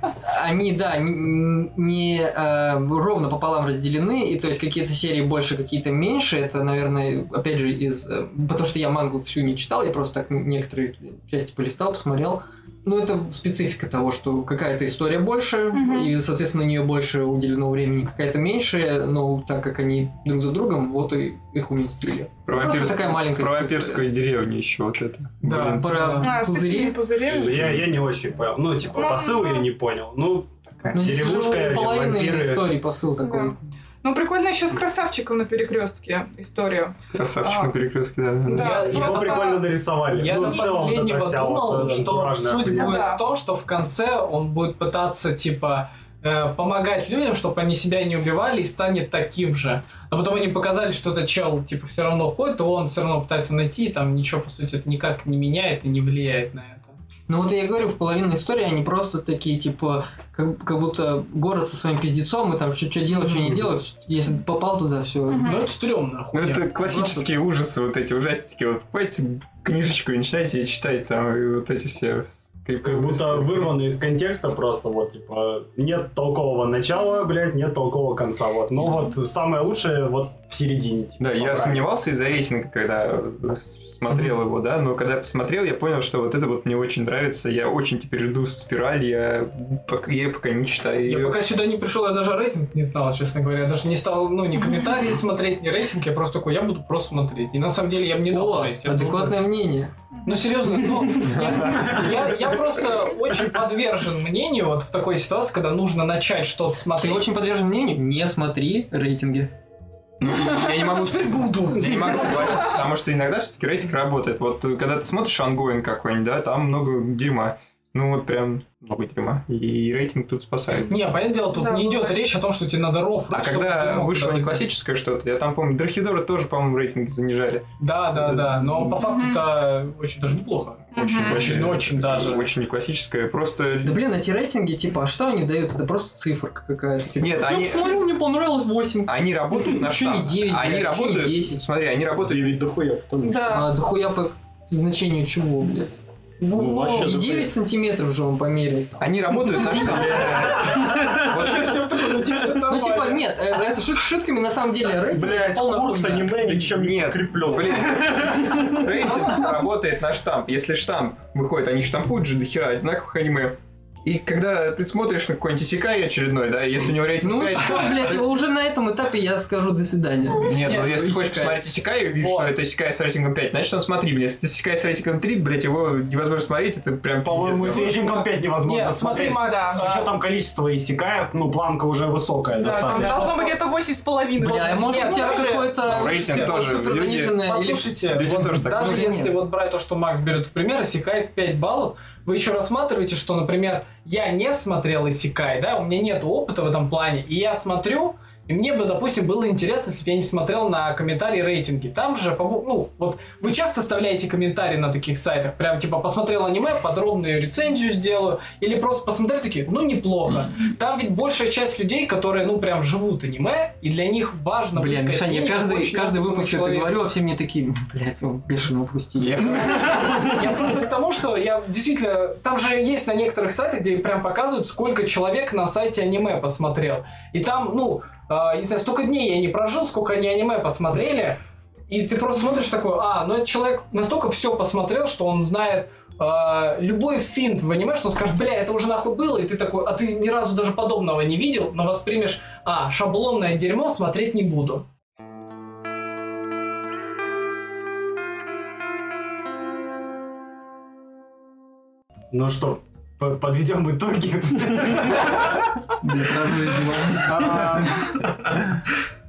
Они, да, н- не э, ровно пополам разделены, и то есть какие-то серии больше, какие-то меньше, это, наверное, опять же, из... э, Потому что я мангу всю не читал, я просто так некоторые части полистал, посмотрел, ну, это специфика того, что какая-то история больше,
Мгм.
и, соответственно, на нее больше уделено времени, какая-то меньше, но так как они друг за другом, вот и их уместили.
Про,
Просто
вампирс-
такая маленькая
про
история.
вампирскую деревню еще вот это.
Да.
Блин.
Про
А, с этими
пузыри.
пузырями.
Я, я не очень понял. Ну, типа,
Ну,
посыл
ну.
я не понял. Ну,
Ну, здесь
деревушка,
уже половина
вампиры.
истории посыл такой.
Да. Ну, прикольно еще с красавчиком на перекрестке история.
Красавчик
А.
на перекрестке, да. да.
Да,
Я-
его
просто-
прикольно дорисовали.
Я
ну,
до
в целом, вот
последнего
эта вся
думал,
вот, э,
что
антуражная
суть
хуйня.
будет
Да.
в том, что в конце он будет пытаться, типа, э, помогать людям, чтобы они себя не убивали и станет таким же. Но потом они показали, что этот чел, типа, все равно ходит, и он все равно пытается найти, и там ничего, по сути, это никак не меняет и не влияет на это.
Ну вот я и говорю, в половине истории они просто такие, типа, как, как будто город со своим пиздецом, и там что делать, что не делать, если попал туда, все.
Мгм.
Ну, это стрёмно,
Ну,
хуйня.
это классические ужасы, вот эти ужастики. Вот покупайте книжечку и начинайте её читать там, и вот эти все...
Как
криповые
будто
истории.
вырвано из контекста просто вот, типа, нет толкового начала, блядь, нет толкового конца, вот. Но вот самое лучшее вот в середине, типа,
Да, я
собрали.
сомневался из-за рейтинга, когда э, смотрел его, да, но когда посмотрел, я понял, что вот это вот мне очень нравится, я очень теперь жду спираль, я пока, я её пока не читаю
Я
её.
пока сюда не пришел, я даже рейтинг не знал, честно говоря. Я даже не стал, ну, ни комментарии смотреть, ни рейтинг. Я просто такой, я буду просто смотреть. И на самом деле я бы не дал
О,
6. я бы дал
адекватное
больше.
мнение.
Ну серьезно, ну я, я- я просто очень подвержен мнению вот в такой ситуации, когда нужно начать что-то
Ты
смотреть.
очень подвержен мнению, не смотри рейтинги.
Я не могу с-
Теперь буду.
Я не могу согласиться, потому что иногда все-таки рейтинг работает. Вот э, когда ты смотришь ангоин какой-нибудь, да, там много дерьма. Ну вот прям много дерьма. И рейтинг тут спасает.
Не, понятное дело, тут
Да,
не идет
бывает.
речь о том, что тебе надо ров.
А
рыть, чтобы ты
когда
мог
вышло
туда-
не классическое что-то, я там помню, Драхидора тоже, по-моему, рейтинги занижали.
Да, да, да. Но по
Мгм.
факту-то очень даже неплохо.
Мгм.
Очень, Ну, очень даже.
Очень не классическое, просто...
Да блин, эти рейтинги, типа, а что они дают? Это просто циферка какая-то. Типа,
Нет,
«Я
они-
посмотрел,
Ну,
мне понравилось 8.
Они работают на
Чё не
штамп.
девять, блядь,
Они
чё не
работают...
десять?
Смотри, они работают...
Девять дохуя, потому что...
Да.
А дохуя по значению чего, блядь?
Ну, вообще,
И
дохуя.
9 сантиметров же он померил.
Они работают на штамп. Вот
Сейчас тебе такой, ну, тебе это
Ну, типа,
нормально.
нет, э, это шут- шутками на самом деле рейтинг
Блять,
это полная
курс
хуйня.
аниме ничем не
Нет,
укреплен.
Блин, рейтинг работает на штамп. Если штамп выходит, они штампуют же дохера одинаковых аниме. И когда ты смотришь на какой-нибудь Исикай очередной, да, если у него рейтинг
Ну,
пять,
всё, блядь, его уже на этом этапе я скажу до свидания.
Нет,
Нет,
ну если ты
ну,
хочешь
«Исикай».
посмотреть Исикай и видишь, что
Вот.
это Исикай с рейтингом 5, значит, он смотри, блин, если ты Исикай с рейтингом 3, блядь, его невозможно смотреть, это прям
По-моему,
пиздец.
с рейтингом 5 невозможно
Нет, смотри,
смотреть.
Макс,
да.
С учетом количества исекаев, ну, планка уже высокая
Да, там
достаточно.
должно быть это восемь с половиной.
Бля, а
Вот,
может,
нет,
у тебя
даже-
какое-то
Рейтинг
супер
тоже, люди-
заниженное или-
Послушайте,
люди
вот
тоже так
даже
думают.
если вот брать то, что Макс берет в пример, Исикай в 5 баллов, вы еще рассматриваете, что, например, я не смотрел Исикай, да, у меня нет опыта в этом плане, и я смотрю, и мне бы, допустим, было интересно, если бы я не смотрел на комментарии рейтинги. Там же, по- ну, вот вы часто оставляете комментарии на таких сайтах, прям типа посмотрел аниме, подробную рецензию сделаю, или просто посмотрели такие, ну, неплохо. Там ведь большая часть людей, которые, ну, прям живут аниме, и для них важно...
Бля,
быть
Мишань, я
мнением
каждый,
очень
каждый
опытного
выпуск это
человека.
говорю, а все мне такие, блядь, его бешено упустили.
Я просто к тому, что я действительно... Там же есть на некоторых сайтах, где прям показывают, сколько человек на сайте аниме посмотрел. И там, ну, а, не знаю, столько дней я не прожил, сколько они аниме посмотрели. И ты просто смотришь такой, а, ну этот человек настолько все посмотрел, что он знает а, любой финт в аниме, что он скажет, бля, это уже нахуй было, и ты такой, а ты ни разу даже подобного не видел, но воспримешь, а, шаблонное дерьмо смотреть не буду.
Ну что, п- подведем итоги.
Бля, правда, дела.
А,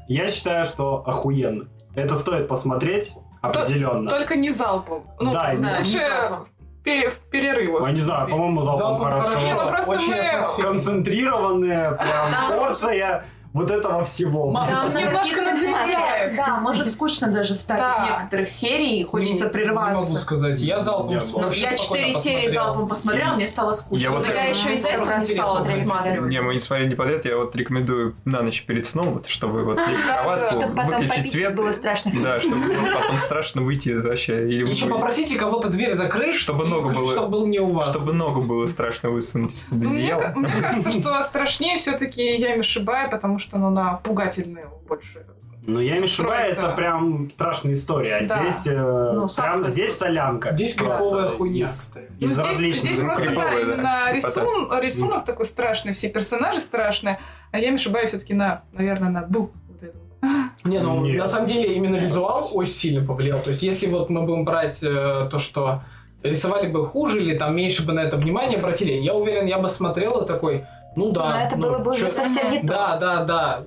Я считаю, что охуенно. Это стоит посмотреть определенно.
Только не залпом. Ну,
Да, и-
Да,
лучше
не залпом.
в пере- в перерывах.
Я не знаю, по-моему, залпом
Залпом
Не, ну
хорошо.
просто
Очень
мы-
атмосферно.
Концентрированные, прям порция вот этого всего.
Мам,
Блин.
Да,
Да,
немножко
какие-то
надоедает.
сцены. Да, может скучно даже стать
Да.
от некоторых серий, хочется
Не- Не могу
прерваться.
сказать, я залпом
Я
смотрю,
могу.
Ну, Я
спокойно
четыре серии
посмотрел.
залпом посмотрела, мне стало скучно.
Я
Я,
вот
я
так-
еще из
Ну,
этого
просто
стала
интересно.
досматривать.
Не, мы не смотрели подряд, я вот рекомендую на ночь перед сном, вот, чтобы вот лечь в
Да,
кроватку,
Чтобы потом
выключить
попить
свет.
было страшно.
Да, чтобы было потом страшно выйти вообще. Или
Еще
вы-
попросите кого-то дверь закрыть,
Чтобы
и
ногу
ключ,
было-
чтобы был не у вас.
Чтобы ногу было страшно высунуть из-под
Ну, Мне, ка-
одеяла.
мне кажется, что страшнее все-таки Ями Шибай, потому что ну, она пугательная больше.
Ну, я не ошибаюсь,
Строится.
это прям страшная история. А
Да. Ну,
здесь, э, прям,
саспенс.
здесь солянка.
Здесь
Просто
криповая хуйня
Из,
стоит.
Ну,
из
здесь,
различных
здесь просто,
криповая,
да,
да,
именно
крипота.
рисун- рисунок такой страшный, все персонажи страшные, а Ями Шибай все-таки на, наверное, на бу. вот эту.
Не, ну
Нет.
на самом деле именно визуал очень сильно повлиял. То есть, если вот мы будем брать э, то, что рисовали бы хуже или там меньше бы на это внимание обратили, я уверен, я бы смотрел и такой, ну да.
Но это
ну,
было бы уже
чё-
совсем не то.
Да, да, да.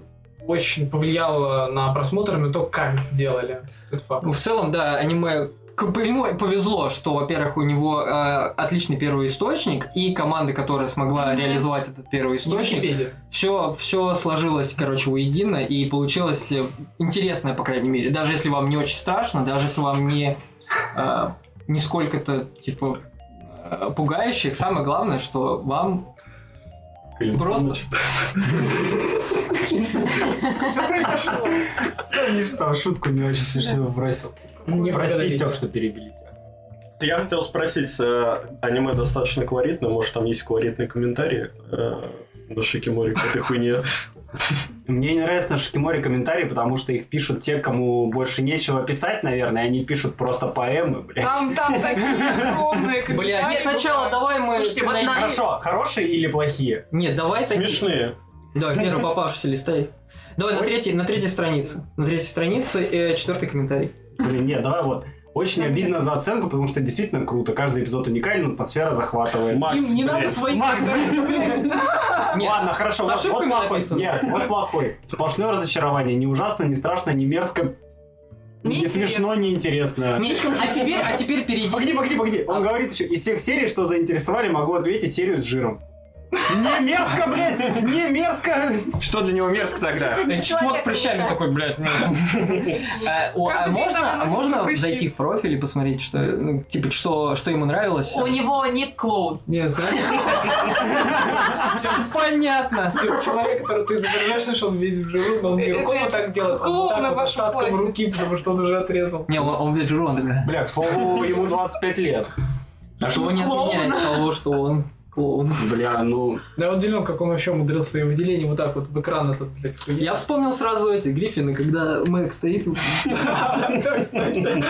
Очень повлияло на просмотр, но то, как сделали. Это факт.
Ну, В целом, да, аниме к- по- ему повезло, что, во-первых, у него э, отличный первый источник и команда, которая смогла реализовать этот первый
Не
источник,
Википедия.
все, все сложилось, короче, воедино и получилось э, интересное, по крайней мере. Даже если вам не очень страшно, даже если вам не э, нисколько-то типа э, пугающих, самое главное, что вам просто
Что
что
произошло?
шутку не очень смешную вбросил.
Не
Прости,
благодарите.
Степ, что перебили тебя.
Я хотел спросить, э, аниме достаточно колоритное, может там есть колоритные комментарии э, на Шикимори к этой хуйне?
Мне не нравятся на Шикиморе комментарии, потому что их пишут те, кому больше нечего писать, наверное, и они пишут просто поэмы, блядь.
Там, там такие огромные
Бля,
комментарии.
нет, сначала давай мы...
Слушайте, вот на-
Хорошо, хорошие или плохие?
Нет, давай такие-
Смешные.
Да, в меру попавшийся листай. Давай на третьей, на третьей странице. На третьей странице э, четвертый комментарий.
Блин, нет, давай вот. Очень обидно за оценку, потому что действительно круто. Каждый эпизод уникален, атмосфера захватывает.
Макс,
Им не надо
блядь.
свои...
Макс,
Нет,
Ладно, хорошо,
с
вот, вот
ошибками
плохой.
написано.
Нет, вот плохой. Сплошное разочарование. Не ужасно, не страшно, не мерзко. Не,
Неинтересно.
смешно, не интересно.
не- а теперь, а теперь перейди. А.
Погоди, погоди, погоди. Он говорит еще, из всех серий, что заинтересовали, могу ответить серию с жиром. Не мерзко, блядь! Не мерзко!
Что для него мерзко тогда?
Э, Чмот с прыщами такой, блядь. ну. А, о, а
Каждый день там
можно, а
носит
можно
прыщи.
зайти в профиль и посмотреть, что, ну, типа, что, что ему нравилось?
У него ник клоун.
Не, знаешь,
Понятно.
человек, который ты изображаешь, он весь в жиру, но он
Это-
бирком вот так делает. Он вот
клоун
так
на
вот
вашем
остатком
классе.
руки, потому что он уже отрезал.
Не, он, он блядь, жирон тогда.
Бля, к слову, ему 25 лет.
А что не отменяет того, что он клоун.
Бля, ну...
Да удивлен, как он вообще умудрился и выделение вот так вот в экран этот, блядь, хуя.
Я вспомнил сразу эти Гриффины, когда Мэг стоит.
Да, кстати.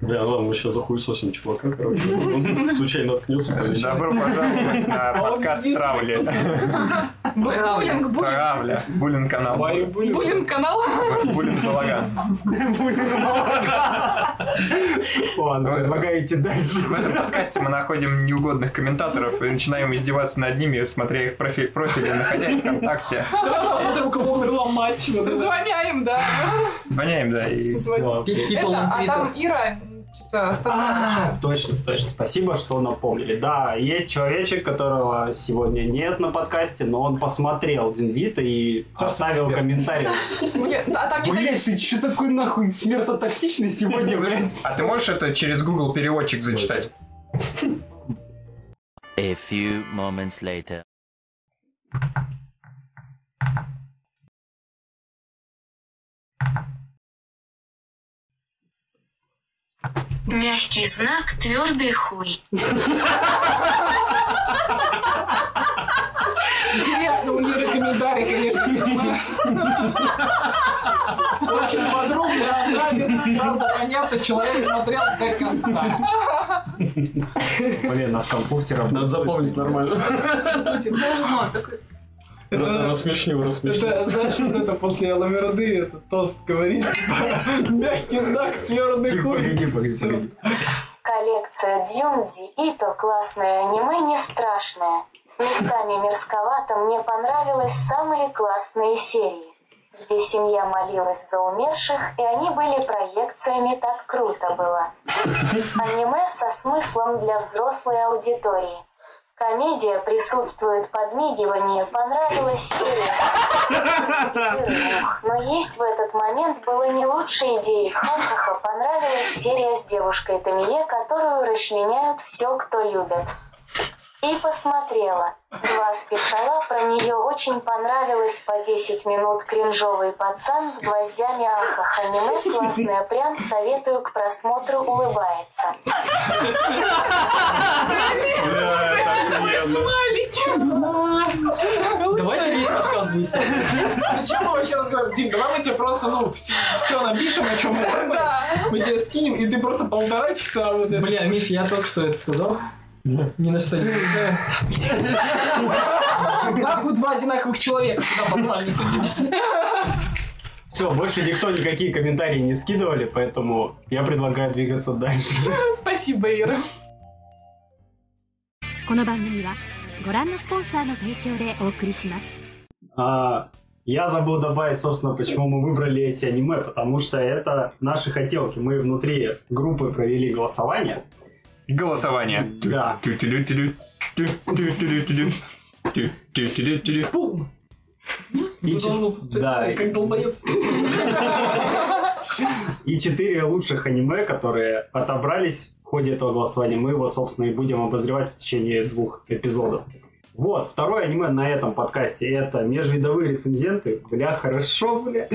Бля, ладно, мы сейчас захуесосим чувака, короче. Он случайно наткнется. конечно.
Добро пожаловать на
А он
подкаст
единственный,
Травли.
Буллинг, буллинг.
Травля. Булин канал.
Варю булю.
Буллинг канал.
Булин балаган.
Ладно,
Ой,
предлагаете дальше.
В этом подкасте мы находим неугодных комментаторов и начинаем издеваться над ними, смотря их профиль, профили, находя их ВКонтакте.
Давайте посмотрим, кого умерла мать. Вот это.
Звоняем, да.
Звоняем, да, и...
Всё,
Пи-
окей.
пи-
Это, а
Twitter.
там Ира что-то
А,
оставляет.
точно, точно. Спасибо, что напомнили. Да, есть человечек, которого сегодня нет на подкасте, но он посмотрел Динзита и оставил комментарий.
Нет, А там не так-
Блять, ты че такой нахуй смертотоксичный сегодня, блядь?
А ты можешь это через Google переводчик зачитать?
A few moments later.
Мягкий знак, твердый хуй.
Интересно, у нее комментарий, конечно. Очень подробно, анализ, сразу понятно, человек смотрел до конца.
Блин, наш компьютер
Надо запомнить нормально. Р-
Это,
Рассмешню, рассмешню.
это, знаешь, вот это после Аламерды этот тост говорит, типа, мягкий знак, твердый
Тихо,
хуй.
Типа, погоди, погоди,
Всё.
погоди.
Коллекция Дзюнзи и то классное аниме не страшное. Местами мерзковато мне понравились самые классные серии, где семья молилась за умерших, и они были проекциями «Так круто было». Аниме со смыслом для взрослой аудитории. Комедия присутствует подмигивание, понравилась серия. Но есть в этот момент было не лучшей идеей Ханкаха, понравилась серия с девушкой Тамие, которую расчленяют все, кто любит. И посмотрела. Два спешала, про нее очень понравилось по 10 минут кринжовый пацан с гвоздями ахах. Аниме классное, прям советую к просмотру улыбается.
Бля, это охуенно.
Давайте весь подкаст будет.
Зачем мы вообще разговариваем? Дим, давай мы тебе просто, ну, все, напишем, о чем мы думаем.
Да.
Мы тебе скинем, и ты просто полтора часа вот это.
Бля, Миш, я только что это сказал. Ни на что не намекаю.
Нахуй два одинаковых человека сюда послали. никто не объяснил.
Все, больше никто никакие комментарии не скидывали, поэтому я предлагаю двигаться дальше.
Спасибо, Ира.
この番組はご覧のスポンサーの提供でお送りします。
А, я забыл добавить, собственно, почему мы выбрали эти аниме, потому что это наши хотелки. Мы внутри группы провели голосование.
Голосование.
Да.
Тю-тю-лю-тю-лю. Тю-тю-лю-тю-лю. Тю-тю-лю-тю-лю.
Бум!
И,
Ты
че-
должен повторять,
да, и-
Как долбоеб.
и четыре лучших аниме, которые отобрались в ходе этого голосования, мы вот, собственно, и будем обозревать в течение двух эпизодов. Вот, второе аниме на этом подкасте это межвидовые рецензенты. Бля, хорошо, бля.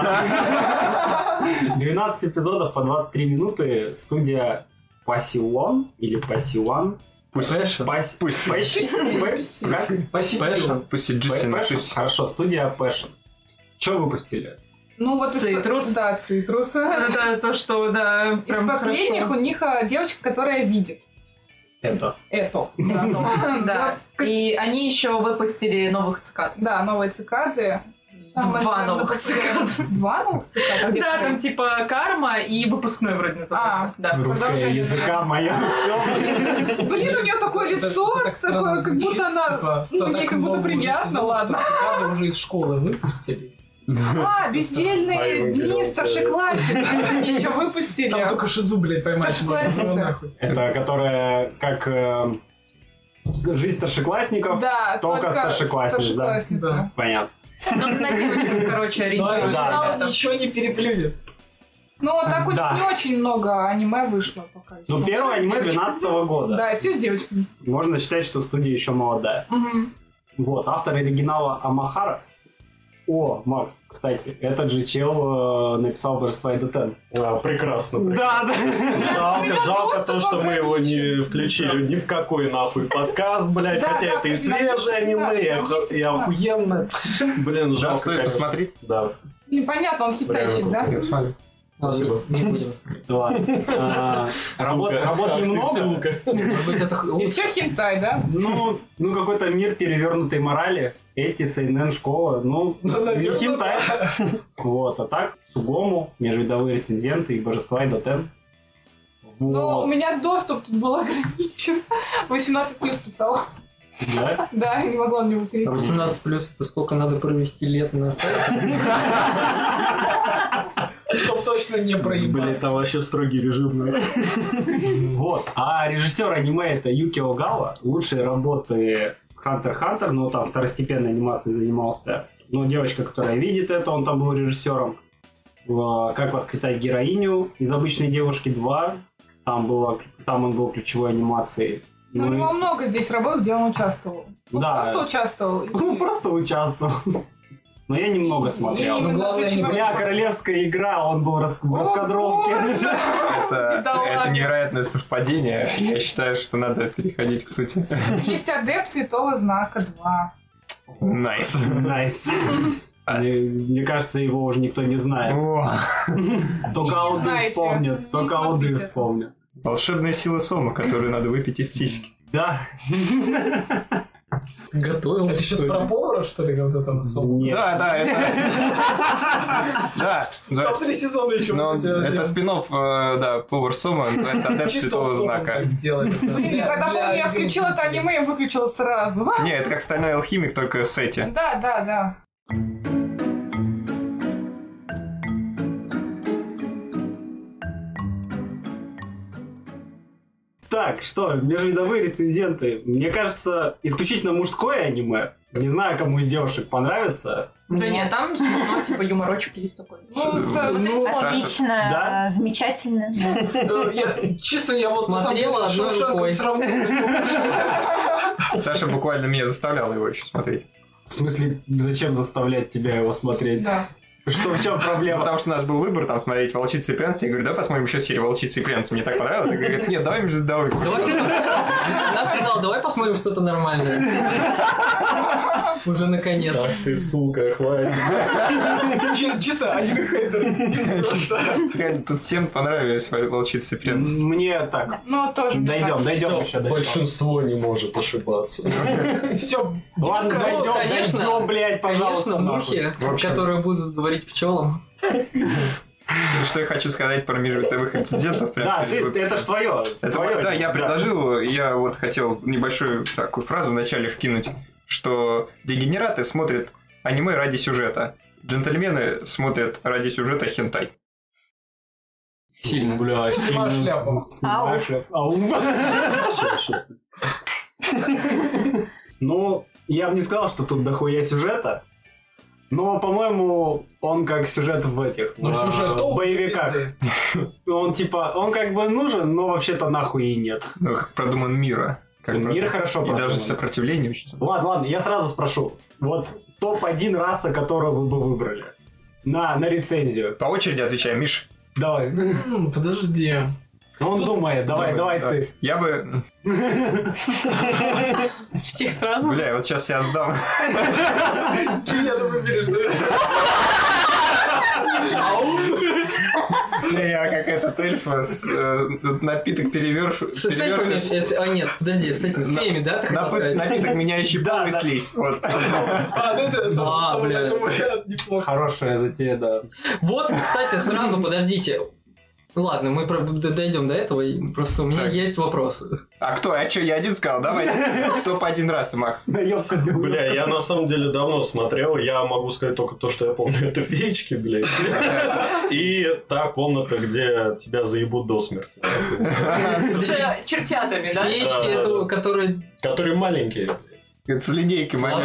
А, 12 эпизодов по 23 минуты. Студия Пасилон или Пасилан.
Пэшн.
Пас-
Пусть.
Пэш- Пэ- как?
Спасибо.
Пэшн.
Пусть и
Пэ-
Джистин.
Пэшн?
Пусть.
Хорошо, студия Passion. Че выпустили?
Ну вот из-
Цитрус.
Да, цитрус.
Это то, что, да,
Из
прям
последних
хорошо.
у них а, девочка, которая видит
Это.
эту.
Да. И они еще выпустили новых цикад.
Да, новые цикады. Самое,
Два
наверное,
новых
популярное. Два новых цикада? Где
Да,
второй?
там типа карма и выпускной вроде называется.
А.
Да.
Русская
Продолжение.
языка моя.
Блин, у нее такое лицо, такое, как будто она...
типа,
ну, ей как будто приятно, ладно.
Цикады уже из школы выпустились. Типа,
А,
А, я
бездельные
выберу
дни
целый.
старшеклассников. Они еще выпустили.
Там только шизу, блядь, поймать. можно.
Старшеклассница.
Ну, нахуй.
Это которая как эм, с- жизнь старшеклассников.
Да,
только старшеклассниц, да?
старшеклассница.
Да.
Понятно.
Ну, на девочек, короче,
Да,
ориентируется.
да,
да,
да. Ничего не переплюнет.
Ну, вот так вот
Да.
не очень много аниме вышло пока. ещё.
Ну, первое аниме 12 года.
Да, и все с девочками.
Можно считать, что студия еще молодая.
Мгм.
Вот, автор оригинала Амахара. О, Макс, кстати, этот же чел э, написал Божества и Детен.
А, Прекрасно, прекрасно.
да.
Жалко,
меня
жалко
доступ
то, что мы его не
ограничен.
включили ни в какой нахуй подкаст, блядь,
Да,
хотя
да,
это и
да,
свежее
есть
аниме, и
16,
оху- и
есть
охуенно. Блин,
Да,
жалко,
стоит
конечно.
посмотреть.
Да,
Непонятно, он
реально
хитащит,
круто.
да?
Спасибо. Не будем.
Ладно. А, Работ работ немного.
Может быть, это
И все хентай, да?
Ну, ну какой-то мир перевернутой морали. Эти, Сейнен, школа, ну, не
наверное,
хентай. Вот, а так, Сугому, межвидовые рецензенты и божества и дотен.
Но Ну, у
Вот,
меня доступ тут был ограничен. 18 плюс писал.
да.
Да, я не могла на него перейти.
18 плюс это сколько надо провести лет на сайте?
Чтоб точно не
Блин,
проебать.
там вообще строгий режим. да.
Вот. А режиссер аниме это Юки Огава. Лучшие работы Хантер Хантер, но там второстепенной анимацией занимался. Но девочка, которая видит это, он там был режиссером. В Как воспитать героиню из обычной девушки 2. Там, было, там он был ключевой анимацией.
Ну, у
Ну и-
него много здесь работ, где он участвовал. Он
Да.
просто участвовал.
Он просто участвовал. Но я немного смотрел.
Ну, главное, не
Бля, королевская игра, он был рас- в
О,
раскадровке.
боже!
Это,
Да
это
ладно.
невероятное совпадение. Я считаю, что надо переходить к сути.
Есть адепт Святого Знака 2.
Найс.
Найс.
А.
Мне, мне кажется, его уже никто не знает.
О,
Только
Не
ауды
знаете.
вспомнят.
Не
Только ауды
смотрите.
вспомнят.
Волшебная сила сома, которую надо выпить из сиськи.
Да.
Готовил.
Это сейчас
что ли?
про повара, что ли, вот этого сома?
Нет.
Да, да, это... Да, да.
Там три сезона еще.
Но
будет, я-
это
я-
спин да, Повар Сома, называется Адепт
Чисто
Святого
в топом
Знака.
так сделали. да.
Блин, я тогда
Для-
помню, я
для
включила это
зрителей.
аниме и выключила сразу.
Не, это как Стальной Алхимик, только с эти.
Да, да, да.
Так, что, межвидовые рецензенты. Мне кажется, исключительно мужское аниме. Не знаю, кому из девушек понравится.
Да нет, там смешно, типа юморочек есть такой.
Ну, да,
Ну,
Отлично,
да?
э, замечательно. да.
Э, я- Честно, я вот на самом деле
Смотрела одной
Шоушенком
рукой.
сравнил.
Саша буквально меня заставляла его еще смотреть.
В смысле, зачем заставлять тебя его смотреть?
да.
Что, в чем проблема?
Потому что у нас был выбор там смотреть «Волчицы и прянцы». Я говорю, да, посмотрим еще серию «Волчицы и прянцы». Мне так понравилось. Я говорю, нет, давай между
Давай что-то- Она сказала, давай посмотрим что-то нормальное. Уже наконец.
Ах ты, сука, хватит.
Че- Честно, аниме хейтеры. Просто.
Реально, тут всем понравились «Волчицы и прянцы».
Мне так.
Ну, тоже мне
Дойдем,
так.
дойдем еще. дойдем.
Большинство не может ошибаться.
Все,
Ладно,
Ну,
дойдем,
конечно.
дойдем, блядь, пожалуйста.
Конечно,
нахуй.
мухи,
В общем.
которые будут говорить пчелам.
Что я хочу сказать про межвитовых рецидентов. прям
Да,
перед
ты,
выпуском.
это ж твое.
Это
твое
вот, да, я предложил, я вот хотел небольшую такую фразу вначале вкинуть, что дегенераты смотрят аниме ради сюжета, джентльмены смотрят ради сюжета хентай.
Сильно.
Бля,
снимаю шляпу.
Снимаю
Ау.
шляпу. Ау.
Всё, щас.
Ну, я бы не сказал, что тут дохуя сюжета. Но, по-моему, он как сюжет в этих
Ну,
в,
сюжет
в
толстый,
боевиках.
пизды.
Он типа, он как бы нужен, но вообще-то нахуй и нет.
Ну, как продуман мира. Как
Мир
продуман.
хорошо
И
продуман.
даже сопротивление очень.
Ладно, ладно, я сразу спрошу. Вот топ-1 раса, которую вы бы выбрали. На, на рецензию.
По очереди отвечаю, Миш.
Давай.
М, Подожди.
Он думает, давай, давай, ты.
Я бы...
Всех сразу.
Бля, вот сейчас я сдам.
Я думаю, где что
Я как этот эльф с э, напиток переверш...
С, с эльфами,
перевёртыш.
если- а нет, подожди, с этим, с
На-
феями, да, ты хотел
Напы-
сказать?
Напиток, меняющий
Да,
пол и
да.
слизь. Вот.
А, ну это
А,
самое-
бля.
самое вариант неплохо.
Хорошая затея, да.
Вот, кстати, сразу подождите. Ладно, мы дойдем до этого, и просто у меня
Так.
есть вопросы.
А кто? А что, я один сказал? Давай. Топ один раз, Макс.
Наебка для урода.
Бля, я на самом деле давно смотрел, я могу сказать только то, что я помню, это феечки, блядь. И та комната, где тебя заебут до смерти.
С чертятами, да?
А Феечки,
Да.
эту, которые...
Которые маленькие.
Это с линейки момент.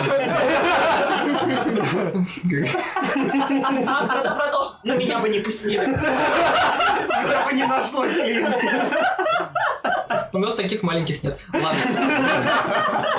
Макс, надо продолжить. Но меня бы не пустили.
Хотя бы не нашлось клиента.
У нас таких маленьких нет. Ладно.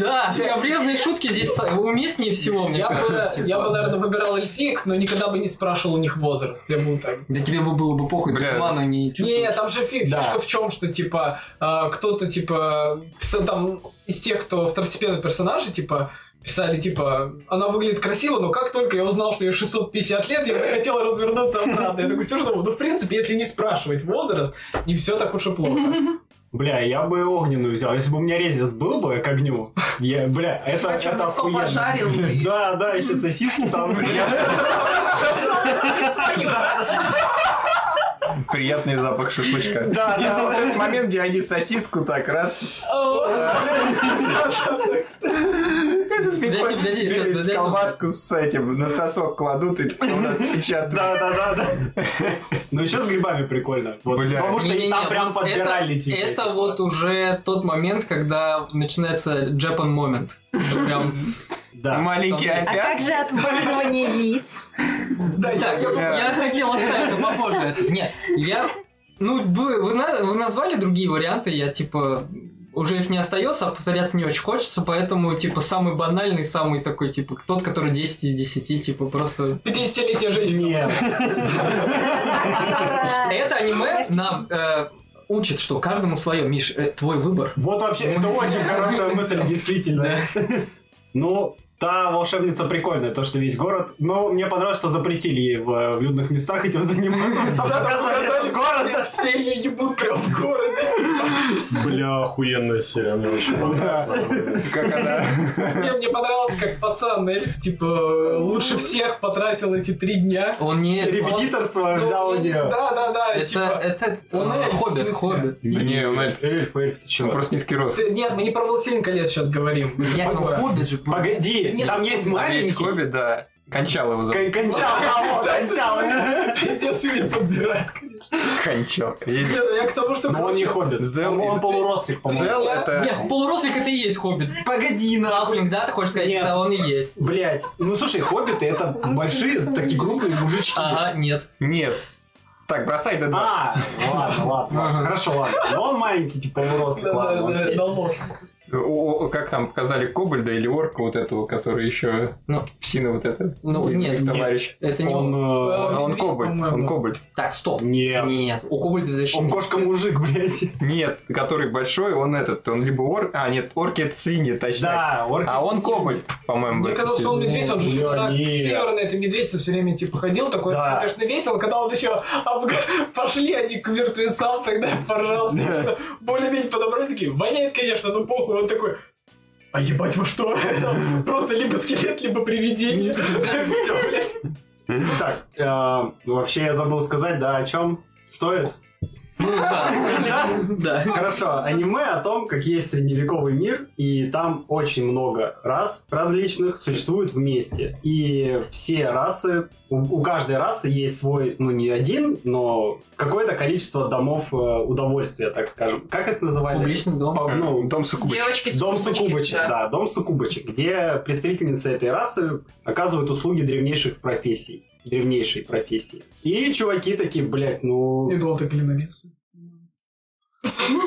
Да, скобрезные шутки здесь са- уместнее всего, мне
Я
кажется.
бы, я бы, наверное, выбирал эльфиек, но никогда бы не спрашивал у них возраст. Я бы так.
Да тебе бы было бы похуй,
Бля.
ты ману не чувствуешь.
Не, там же фи-
Да.
фишка в чем, что типа а, кто-то типа с- там из тех, кто второстепенный персонажи, типа Писали, типа, она выглядит красиво, но как только я узнал, что ей 650 лет, я захотела развернуться обратно. Я такой, все равно, ну, в принципе, если не спрашивать возраст, не все так уж и плохо.
Бля, я бы огненную взял. а Если бы у меня резец был бы к огню, я, бля, это,
А чё,
это
мяско
охуенно.
пожарил бы?
Да, да, еще сосиски там,
Приятный запах шашлычка.
Да,
Я
да.
думал, этот момент, где они сосиску так раз... Этот
Подожди, подожди, всё, подожди.
колбаску с этим на сосок кладут и печатают.
Да, да, да, да. Ну еще с грибами прикольно. Вот, Потому что они
Не-не-не,
там прям
вот
подбирали
это,
типа.
Это вот уже тот момент, когда начинается Japan moment. Это Прям...
Да.
Маленький
А как же отбрызгивание яиц?
Так, я хотел оставить это попозже. Это- Нет, я... Ну, вы, вы на- вы назвали другие варианты, я типа уже их не остается, а повторяться не очень хочется, поэтому, типа, самый банальный, самый такой, типа, тот, который 10 из 10, типа, просто...
50-летняя женщина.
Нет.
Это аниме нам э, учит, что каждому свое, Миш, э, твой выбор.
Вот вообще, это очень хорошая мысль, действительно. Ну, та волшебница прикольная, то, что весь город. Но мне понравилось, что запретили ей в, в людных местах этим заниматься, потому что
Да,
показывали этот город.
город, а все ее ебут прям в городе.
Бля, охуенная серия, мне очень понравилась.
Как она?
Не, мне понравилось, как пацан эльф, типа, лучше всех потратил эти три дня.
Он не...
Репетиторство
Ну,
взял у
я-
нее.
Да, да, да,
Это,
типа...
это, это-
он
а,
эльф, в
хоббит,
смысле?
хоббит.
Да не, он эльф.
Эльф, эльф, ты чего?
Он просто низкий рост.
Ты- Нет, мы не про «Властелин колец» сейчас говорим. Мы
Блять, он
про другое.
хоббит же, бля.
Погоди,
Нет,
там есть
Там есть
маленький.
хобби, да. Кончал его зовут.
Кон- Кончал, кого? Кончал.
Пиздец, меня подбирает.
Кончал. Есть
Не, ну Я к тому, что...
Но он не
короче,
ходит.
Зел
Он он
из-
полурослик, по-моему.
Зел
Не,
это...
полурослик это и есть хоббит.
Погоди,
Рафлинг, да, ты хочешь сказать?
Нет.
Да, он и есть.
Блять. Ну слушай, хоббиты это большие, такие крупные мужички.
Ага, нет.
Нет. Так, бросай до 20.
А, ладно, ладно, ладно. Хорошо, ладно. Но он маленький, типа полурослик,
Да,
ладно.
да, да,
окей.
на ложь.
О, о, как там показали кобальда или орка вот этого, который еще
Ну.
псина вот этот.
Ну,
Или
нет,
их товарищ.
Это не он.
Он, э,
А Он
Медведь,
кобальд,
по-моему.
он кобальд.
Так, стоп.
Нет.
Нет, у Кобальда защитник.
Он кошка-мужик, блядь.
Нет, который большой, он этот, он либо орк, а нет, орки это свиньи, точно.
Да, орки.
А он кобальд, по-моему. в
Мне
этом
казалось,
фильме.
он медведь, он же
Бля,
что-то так
нет.
северный, это медведь все время типа ходил, такой,
Да.
это, конечно, весело, когда он еще обг- пошли они к мертвецам, тогда я поржался,
Да.
что более-менее подобрали, такие, воняет, конечно, но похуй, он такой, а ебать вы что? Просто либо скелет, либо привидение. Все, блядь.
Так, э, ну, вообще я забыл сказать, да, о чем стоит.
Ну, да.
Да?
Да.
Хорошо, аниме о том, как есть средневековый мир, и там очень много рас различных существуют вместе. И все расы, у, у каждой расы есть свой, ну не один, но какое-то количество домов э, удовольствия, так скажем. Как это называли?
Публичный дом.
По- ну,
Дом Сукубыч.
Девочки
Дом Сукубыча, да. дом Сукубыча, где представительницы этой расы оказывают услуги древнейших профессий. Древнейшей профессии. И чуваки такие, блядь, ну...
И был так клиновец.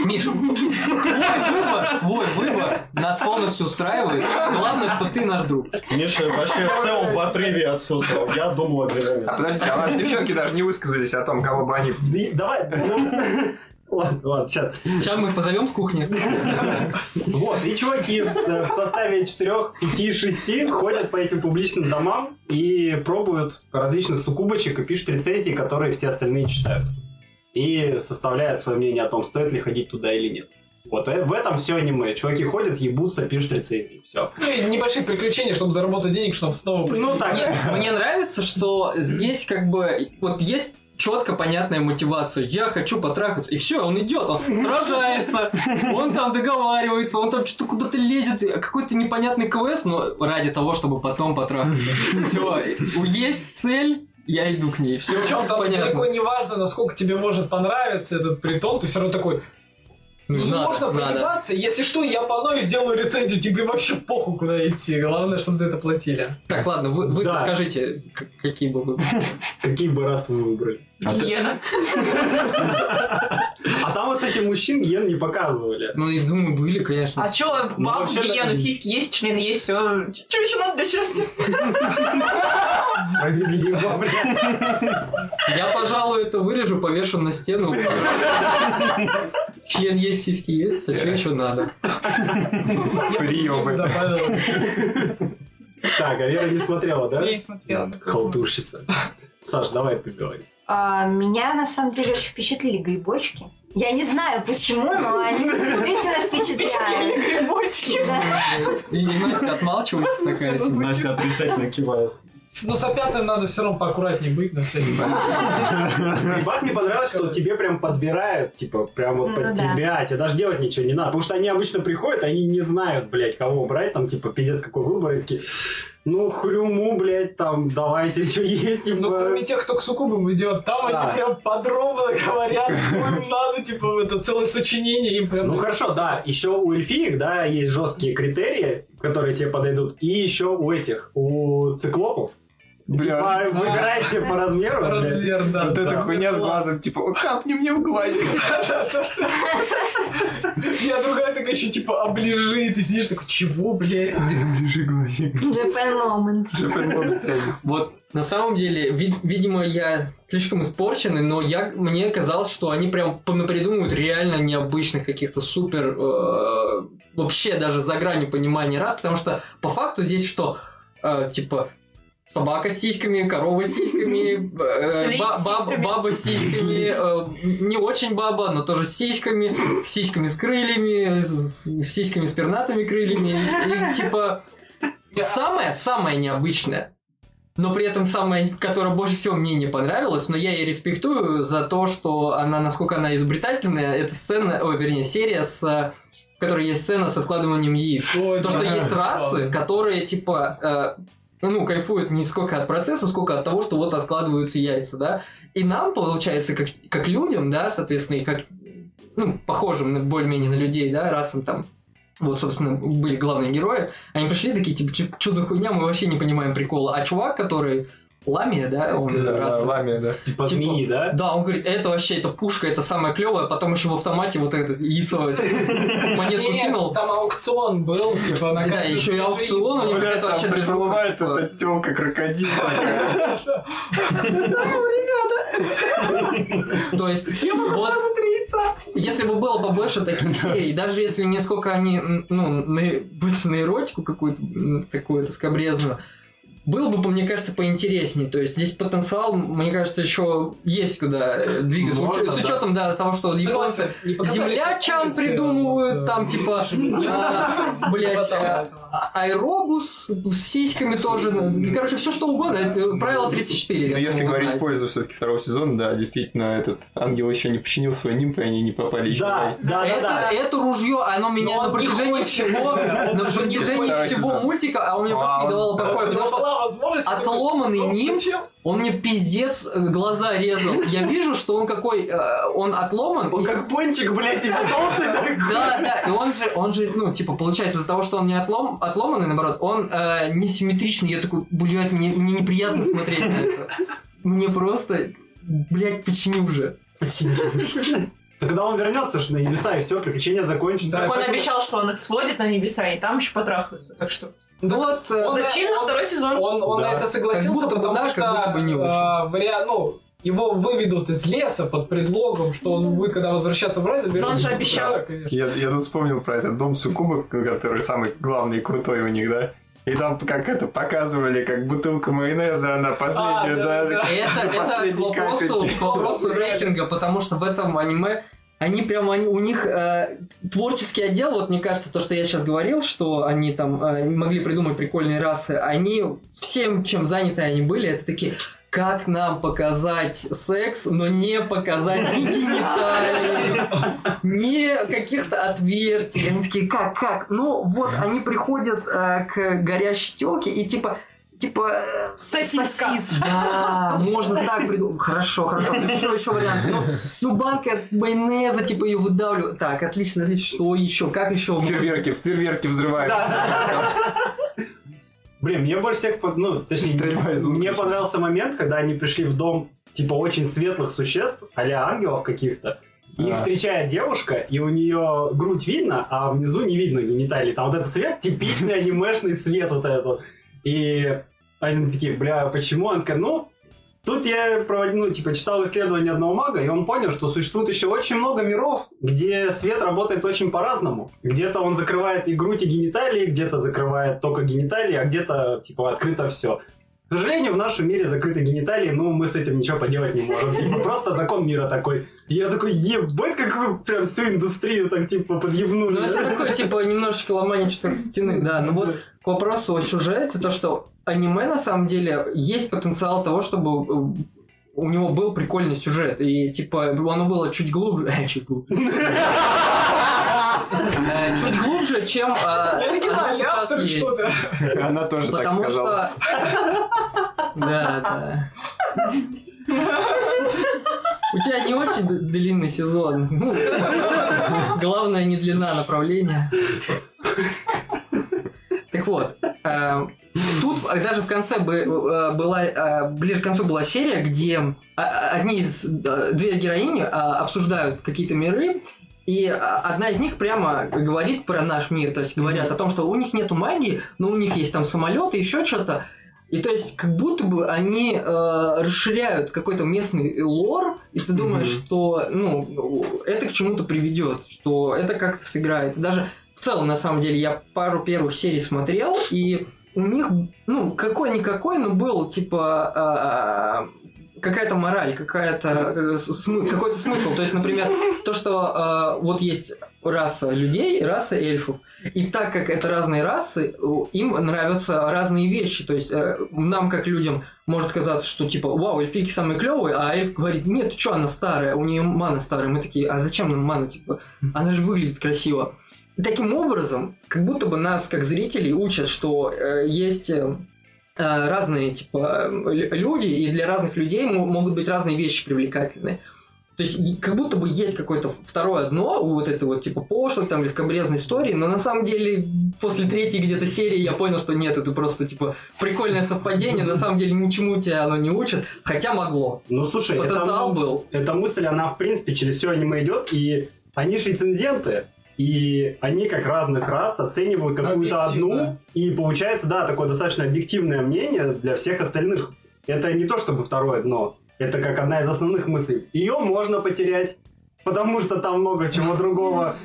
Миш, твой выбор, твой выбор нас полностью устраивает. Главное, что ты наш друг.
Миша вообще в целом в отрыве отсутствовал. Я думал о
А
Гринамисе.
подождите, а ваши девчонки даже не высказались о том, кого бы они...
и Давай, ну, Ладно, ладно, сейчас.
Сейчас мы их позовем с кухни.
Вот, и чуваки в с- в составе 4, 5, 6 ходят по этим публичным домам и пробуют различных сукубочек и пишут рецензии, которые все остальные читают. И составляют свое мнение о том, стоит ли ходить туда или нет. Вот э, в этом все аниме. Чуваки ходят, ебутся, пишут рецензии. Все.
Ну и небольшие приключения, чтобы заработать денег, чтобы снова...
Ну так.
Нет, Мне нравится, что здесь как бы вот есть четко понятная мотивация. Я хочу потрахаться. И все, он идет, он сражается, он там договаривается, он там что-то куда-то лезет, какой-то непонятный квест, но ради того, чтобы потом потрахаться. Все, есть цель, я иду к ней. Все
Причем там далеко
понятно.
не важно, насколько тебе может понравиться этот притон, ты все равно такой, ну,
надо,
можно
надо.
проебаться, если что, я паною сделаю рецензию, тебе вообще похуй куда идти, главное, чтобы за это платили.
Так, ладно, вы, вы
Да.
скажите, к- какие бы вы...
Какие бы раз вы выбрали?
А
Гена.
А там, кстати, мужчин ген не показывали.
Ну, я думаю, были, конечно.
А чё,
Ну,
бабу,
вообще, да.
гиену, сиськи есть, члены есть, все. Чё еще надо для счастья?
Справедливо, бля.
Я, пожалуй, это вырежу, повешу на стену. Член есть, сиськи есть, а что еще надо?
Приемы.
Так, а Вера не смотрела, да?
Я не смотрела.
Халтурщица. Саш, давай ты говори.
А, меня на самом деле очень впечатлили грибочки. Я не знаю почему, но они действительно впечатляют.
Грибочки.
Да.
И Настя отмалчивается такая. типа,
Настя отрицательно кивает.
Но с опятым Ну, надо все равно поаккуратнее быть, на всякий
Ребят, мне понравилось, что тебе прям подбирают, типа, прям вот
Ну да.
под тебя, а тебе даже делать ничего не надо, потому что они обычно приходят, они не знают, блядь, кого брать, там, типа, пиздец, какой выбор, и такие, ну, хрюму, блядь, там, давайте, что есть, типа,
Ну, кроме тех, кто к суккубам идет, там
Да.
они прям подробно говорят, что им надо, типа, это целое сочинение им прям.
Ну хорошо, да, еще у эльфиек, да, есть жесткие критерии, которые тебе подойдут, и еще у этих, у циклопов.
Бля.
Типа, выбирайте по размеру. блядь.
Размер, да.
Вот эта
Да.
хуйня с глазом, типа, «О, капни мне в глазик.
Я другая такая еще, типа, оближи, и ты сидишь такой, чего, блядь?
Ближе глазик.
Japan moment.
Вот на самом деле, вид- видимо, я слишком испорченный, но я, мне казалось, что они прям понапридумывают реально необычных каких-то супер э, вообще даже за гранью понимания раз, потому что по факту здесь что? Э, типа собака с сиськами, корова с сиськами, э,
Слизь
ба-
с
ба-
сиськами.
баба с сиськами, э, не очень баба, но тоже с сиськами, с сиськами с крыльями, с с сиськами с пернатыми крыльями. И, типа самое-самое необычное но при этом самая, которая больше всего мне не понравилась, но я ей респектую за то, что она, насколько она изобретательная, это сцена, ой, вернее, серия, с, э, в которой есть сцена с откладыванием яиц.
Ой,
То, что
да.
есть расы, которые, типа, э, ну, кайфуют не сколько от процесса, сколько от того, что вот откладываются яйца, да. И нам, получается, как, как людям, да, соответственно, и как, ну, похожим на- более-менее на людей, да, расам там, вот, собственно, были главные герои, они пришли такие, типа, что за хуйня, мы вообще не понимаем прикола. А чувак, который Ламия, да, он раз...
Ламия, да.
Типа-
Типа змеи, да?
Да, он говорит, это вообще, это пушка, это самое клевое, потом еще в автомате вот этот яйцо, эти, монетку
Нет,
кинул.
там аукцион был, типа, на
Да,
каждый
еще и аукцион у
день.
него
Бля,
это
там
вообще
приплывает
типа,
эта телка крокодил.
То есть, вот, если бы было побольше таких серий, даже если несколько они, м, ну, на, больше на эротику какую-то, м, такую-то скобрезную, было бы, мне кажется, поинтереснее. То есть здесь потенциал, мне кажется, еще есть куда э, двигаться.
Можно,
Уч- с
да.
учетом да. того, что японцы
Согласен, не показали, как
землячан
улицы,
придумывают,
вот,
там
э,
типа, а, блядь, а, а- аэробус с сиськами тоже. ну, Короче, все что угодно. Это правило 34.
Ну,
я
если
думаю, вы
говорить в
знаете.
пользу все-таки второго сезона, да, действительно, этот ангел еще не починил свой нимб, и они не попали еще.
Да, да, да,
это,
да.
это ружье, оно меня
Но
на
он не
протяжении
хочет.
всего, на протяжении
Второй
всего
сезон.
мультика, а он мне просто не
Вау.
давало покоя,
Но
потому что
была возможность...
отломанный ним, он мне пиздец э, глаза резал. Я вижу, что он какой, э, он отломан.
Он
и-
как пончик, блядь, из толстый такой.
Да, да, и он же, он же, ну, типа, получается, из-за того, что он не отлом, отломанный, наоборот, он э, несимметричный. Я такой, блядь, мне, мне неприятно смотреть на это. Мне просто, блядь, почини уже.
Да когда он вернется ж на небеса, и все, приключения закончатся.
Да.
Он
поэтому-
обещал, что он их сводит на небеса, и там еще потрахаются. Так что...
Вот, э,
Он-
Зачем на
он-
второй сезон?
Он, он
Да.
на это согласился,
Как будто бы
потому
да, как
что
будто бы не очень.
а, вариа- ну, его выведут из леса под предлогом, что он будет, когда возвращаться в рай, заберет.
Но он же
Да,
обещал.
конечно.
Я, я тут вспомнил про этот дом Сукубы, который самый главный и крутой у них, да? И там как это показывали, как бутылка майонеза, она последняя,
А,
да,
да, да.
Это, это к
Последний
вопросу,
капель.
к вопросу рейтинга, потому что в этом аниме они прям, они, у них э, творческий отдел, вот мне кажется, то, что я сейчас говорил, что они там э, могли придумать прикольные расы, они всем, чем заняты они были, это такие, как нам показать секс, но не показать ни гениталии, ни каких-то отверстий. Они такие, как, как? Ну, вот они приходят э, к горящей телке и типа, типа... э,
Сосиска.
Да, можно так придумать. Хорошо, хорошо. Еще, еще вариант. Ну, ну, банка майонеза, типа, ее выдавлю. Так, отлично, отлично. Что еще? Как еще?
Фейерверки, фейерверки взрываются.
Блин, мне больше всех, под- ну, точнее,
Стрельба из лука.
мне понравился момент, когда они пришли в дом, типа, очень светлых существ, а-ля ангелов каких-то, и их
А.
встречает девушка, и у нее грудь видно, а внизу не видно гениталий. Там вот этот цвет, типичный анимешный цвет вот этот. вот. И они такие, бля, почему? Она такая, ну, Тут я проводил, ну, типа, читал исследование одного мага, и он понял, что существует еще очень много миров, где свет работает очень по-разному. Где-то он закрывает и грудь, и гениталии, где-то закрывает только гениталии, а где-то, типа, открыто все. К сожалению, в нашем мире закрыты гениталии, но мы с этим ничего поделать не можем. Типа, просто закон мира такой. И я такой, ебать, как вы прям всю индустрию так, типа, подъебнули.
Ну, это такое, типа, немножечко ломание четвертой стены, да. Ну вот к вопросу о сюжете, то, что аниме, на самом деле, есть потенциал того, чтобы э, у него был прикольный сюжет. И, типа, оно было чуть глубже... э, Чуть глубже. Э, Чуть глубже, чем... э, оно
Оригинальный
сейчас
автор
есть.
что-то.
Она тоже так
Потому
сказала.
что... Да, да. У тебя не очень д- длинный сезон. Ну, главное не длина а направления. Так вот, э, тут э, даже в конце бы, э, была, э, ближе к концу была серия, где э, одни из, э, две героини э, обсуждают какие-то миры, и э, одна из них прямо говорит про наш мир, то есть говорят о том, что у них нету магии, но у них есть там самолеты, еще что-то. И то есть как будто бы они э, расширяют какой-то местный э, лор, и ты думаешь, что ну это к чему-то приведет, что это как-то сыграет. Даже в целом, на самом деле, я пару первых серий смотрел, и у них, ну, какой-никакой, но был, типа, а, а, какая-то мораль, какая-то, э, смы- какой-то смысл. То есть, например, то, что а, вот есть раса людей, и раса эльфов. И так как это разные расы, у- им нравятся разные вещи. То есть, э, нам, как людям, может казаться, что типа, вау, эльфики самые клевые, а эльф говорит, нет, что она старая, у нее мана старая. Мы такие, а зачем нам мана, типа, она же выглядит красиво. И таким образом, как будто бы нас, как зрителей, учат, что э, есть э, э, разные типа э, лю- люди, и для разных людей мо- могут быть разные вещи привлекательные. То есть, и как будто бы есть какое-то ф- второе дно у вот этой вот типа пошлой, там, лескобрезной истории, но на самом деле после третьей где-то серии я понял, что нет, это просто типа прикольное совпадение, на самом деле ничему тебя оно не учит, хотя могло.
Ну, слушай, это
Потенциал был.
эта мысль, она, в принципе, через все аниме идет, и они же рецензенты, и они, как разных рас, оценивают какую-то
Объективно.
одну, и получается, да, такое достаточно объективное мнение для всех остальных. Это не то чтобы второе дно, это как одна из основных мыслей. Ее можно потерять, потому что там много чего другого,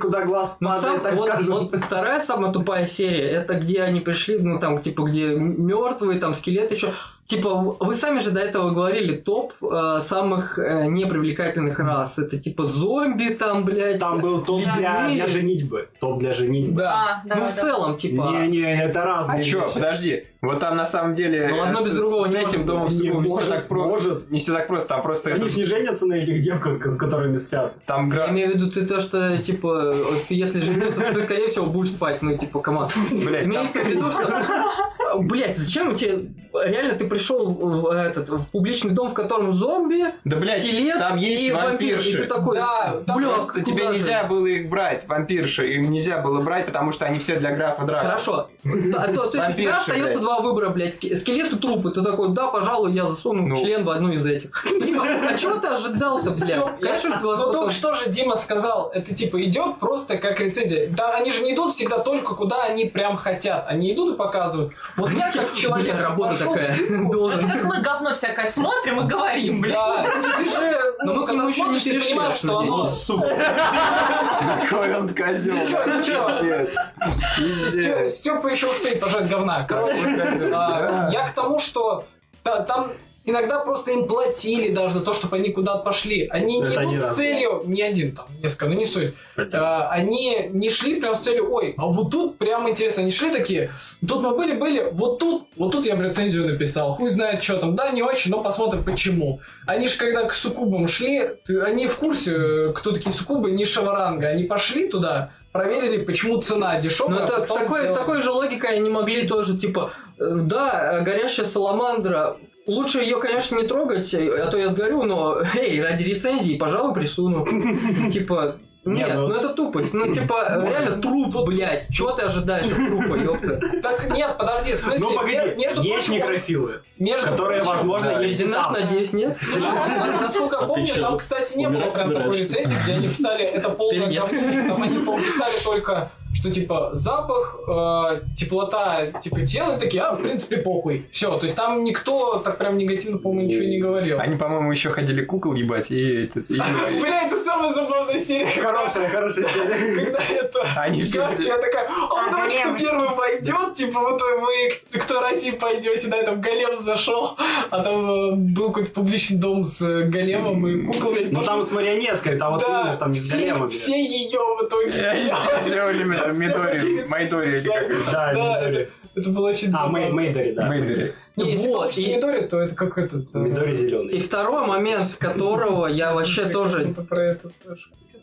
куда глаз
Ну, сам-
падает, так
вот,
скажем.
вот вторая самая тупая серия, это где они пришли, ну там, типа, где мертвые, там скелеты еще. Типа, вы сами же до этого говорили топ э, самых э, непривлекательных рас. Это типа зомби там, блядь.
Там был топ для,
ледяные.
для женитьбы. Топ для женитьбы.
Да.
А, да,
ну, в
да.
целом, типа...
Не-не, это разные
А чё,
вещи.
подожди, вот там на самом деле
Ну, одно
э,
без
с-
другого
с
не
этим
может
домом
быть. Не
всего не
может,
все так просто.
может.
Не все так просто, там просто
Они
это-
же не женятся на этих девках, с которыми спят.
там
Я
гра...
имею в виду ты то, что, типа, вот ты если женился, то ты, скорее всего, будешь спать, ну, типа, команд.
Блядь, там-
Имеется в виду, что... Блять, зачем тебе... Реально ты пришел в, этот, в публичный дом, в котором зомби,
Да, блядь,
скелет
там есть
и вампир. И
вампирши.
ты такой...
Да, там
«Бля,
Просто
куда
тебе
же?»
нельзя было их брать, вампирши, им нельзя было брать, потому что они все для графа Драка.
Хорошо. А то- то есть у тебя
Вампирши,
остается
блядь.
два выбора, блядь. ски- Скелет и трупы. Ты такой, да, пожалуй, я засуну
Ну.
член в одну из этих. Типа, А чего ты ожидался,
Всё,
блядь?
я-
Конечно, это вас
Но
потом-
только что же Дима сказал, это типа идет просто как рецензия. Да, они же не идут всегда только куда они прям хотят. Они идут и показывают. Вот я как человек
Бля, работа
пошёл-
такая.
Это
Должен.
как мы говно всякое смотрим и говорим, блядь.
Да, ты же,
Но мы
ну,
к
когда
нему ещё не
смотришь, ты
перешли,
понимаешь, что
обсудили.
оно...
Вот, сука.
Какой он козел.
Ничего, ничего. Степа еще успеет пожать говна. Короче, а, я к тому, что та- там иногда просто им платили даже за то, чтобы они куда-то пошли. Они не
Это
идут
не
с
раз.
целью, не один там, несколько, ну не суть.
Понятно.
А, они не шли прям с целью, ой, а вот тут прям интересно, они шли такие, тут мы были-были, вот тут, вот тут я бы рецензию написал, хуй знает что там, да, не очень, но посмотрим почему. Они же когда к суккубам шли, они в курсе, э, кто такие суккубы, не шаваранга, они пошли туда, проверили, почему цена
Ну
дешевая. а
это с
потом
такой, с
сделали.
такой же логикой они могли тоже, типа, э, да, э, горящая саламандра, лучше ее, конечно, не трогать, э, а то я сгорю, но, эй, ради рецензии, пожалуй, присуну. Типа,
Не,
нет,
ну-
ну это тупость. Ну, типа, э, реально труп, блядь. Чего ты ожидаешь от трупа, ёпта?
Так нет, подожди, в смысле,
Ну
мер-
погоди,
между
есть
прочим,
некрофилы,
между
которые,
прочим,
возможно,
да.
есть
Среди
и
нас,
там.
надеюсь, нет.
Слушай, Насколько я
А ты
помню,
чё,
там, кстати, не было
умирать
прям такой
собираешься?
рецензии, где они писали, это полное
Теперь нет.
говно. Там они, по-моему, писали только, что типа запах, э, теплота, типа тела, и такие, а, в принципе, похуй. Все, то есть там никто так прям негативно, по-моему, ничего не говорил.
Они, по-моему, еще ходили кукол ебать, и... этот, и-
Бля, это самая забавная серия.
Хорошая, хорошая серия.
Когда это...
Они все
Гаф, Я такая, а
А,
давайте кто
големы.
первый пойдет, типа вот вы, кто России пойдете, на этом голем зашел, а там э, был какой-то публичный дом с э, големом и куклами.
Ну там с марионеткой, там вот
да,
видишь, там с
все,
големами.
все ее в итоге.
Они все сделали это, Мидори, Майдори или как это.
Да,
Да,
Мидори.
Это было очень
А,
забавно.
Мэй- Мейдори, да.
Мидори.
Не, если
Вот,
получится
и-
Мидори, то это как этот... э,
Мидори зеленый.
И второй момент, которого я вообще
как
тоже...
это Про этот... э,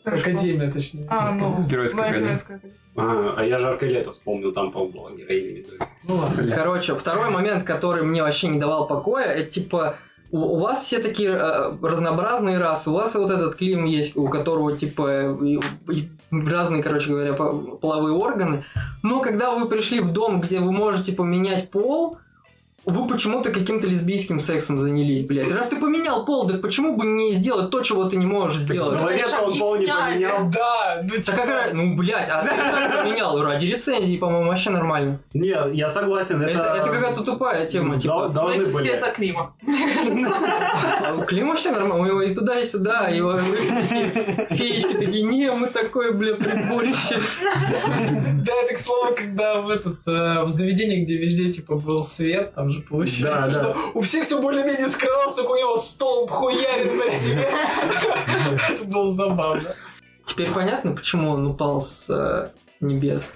Академия, точнее.
А, ну.
Геройская
моя
академия.
геройская академия.
А, а я жаркое лето вспомнил, там, по-моему, была героиня Мидори.
Ну ладно.
Короче, второй момент, который мне вообще не давал покоя, это типа у, у вас все такие э, разнообразные расы, у вас вот этот клим есть, у которого типа и- и разные, короче говоря, по- половые органы, но когда вы пришли в дом, где вы можете поменять пол, вы почему-то каким-то лесбийским сексом занялись, блядь. Раз ты поменял пол, так почему бы не сделать то, чего ты не можешь сделать?
В голове-то он пол не
объясняли.
поменял.
Да, ну
Да как раз, ну, блядь, а ты как поменял ради рецензии, по-моему, вообще нормально.
Не, я согласен, это...
Это, это какая-то тупая тема,
Дол-
типа.
Должны
Мы все
были.
за Клима.
А у Клима вообще нормально, у него и туда, и сюда, и его феечки такие, не, мы такое, бля, приборище.
Да, это, к слову, когда в этот э, в заведении, где везде типа был свет, там же получается,
Да,
что
да.
у всех все более-менее скрывалось, только у него столб хуярит, блядь. и- Это было забавно.
Теперь понятно, почему он упал с э, небес.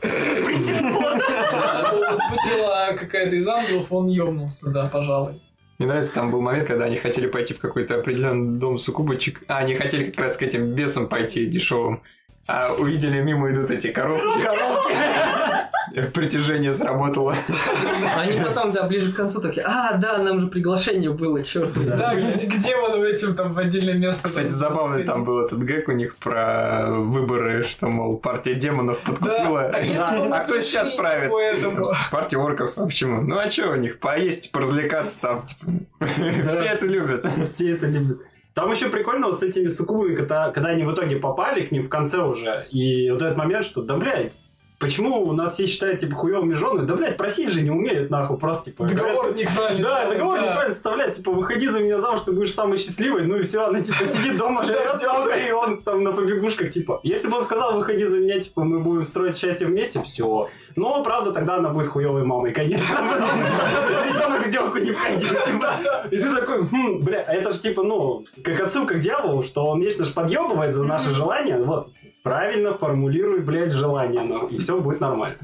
Его возбудила какая-то из ангелов, он ёбнулся, да, пожалуй.
Мне нравится, там был момент, когда они хотели пойти в какой-то определенный дом суккубочек. А, они хотели как раз к этим бесам пойти дешевым. А увидели, мимо идут эти коробки. Коробки! Притяжение сработало.
Они потом, да, ближе к концу такие, а, да, нам же приглашение было, черт.
Да, где где он этим там в отдельное место.
Кстати,
там,
забавный там был этот гэг у них про выборы, что, мол, партия демонов подкупила.
Да, а если бы мы
А кто сейчас
пришли
правит?
по этому?
Партия орков. А почему? Ну а что у них? Поесть, поразвлекаться там. типа. Все это любят.
Все это любят. Там еще прикольно вот с этими суккубами, когда, когда они в итоге попали к ним в конце уже, и вот этот момент, что, да, блядь, почему у нас все считают, типа, хуевыми женами? Да, блядь, просить же не умеют, нахуй, просто, типа...
Договор
говорят,
неправильный.
Да, договор
Да.
неправильно составляет, типа, выходи за меня замуж, ты будешь самой счастливой, ну и все, она, типа, сидит дома, жрет яблоко, и он там на побегушках, типа, если бы он сказал, выходи за меня, типа, мы будем строить счастье вместе, все. Но, правда, тогда она будет хуевой мамой, конечно, потому что ребенок в сделку не входил, типа. И ты такой, «Хм, бля, а это же, типа, ну, как отсылка к дьяволу, что он вечно ж подъебывает за наши желания, вот, правильно формулируй, блядь, желание, ну, и все будет нормально.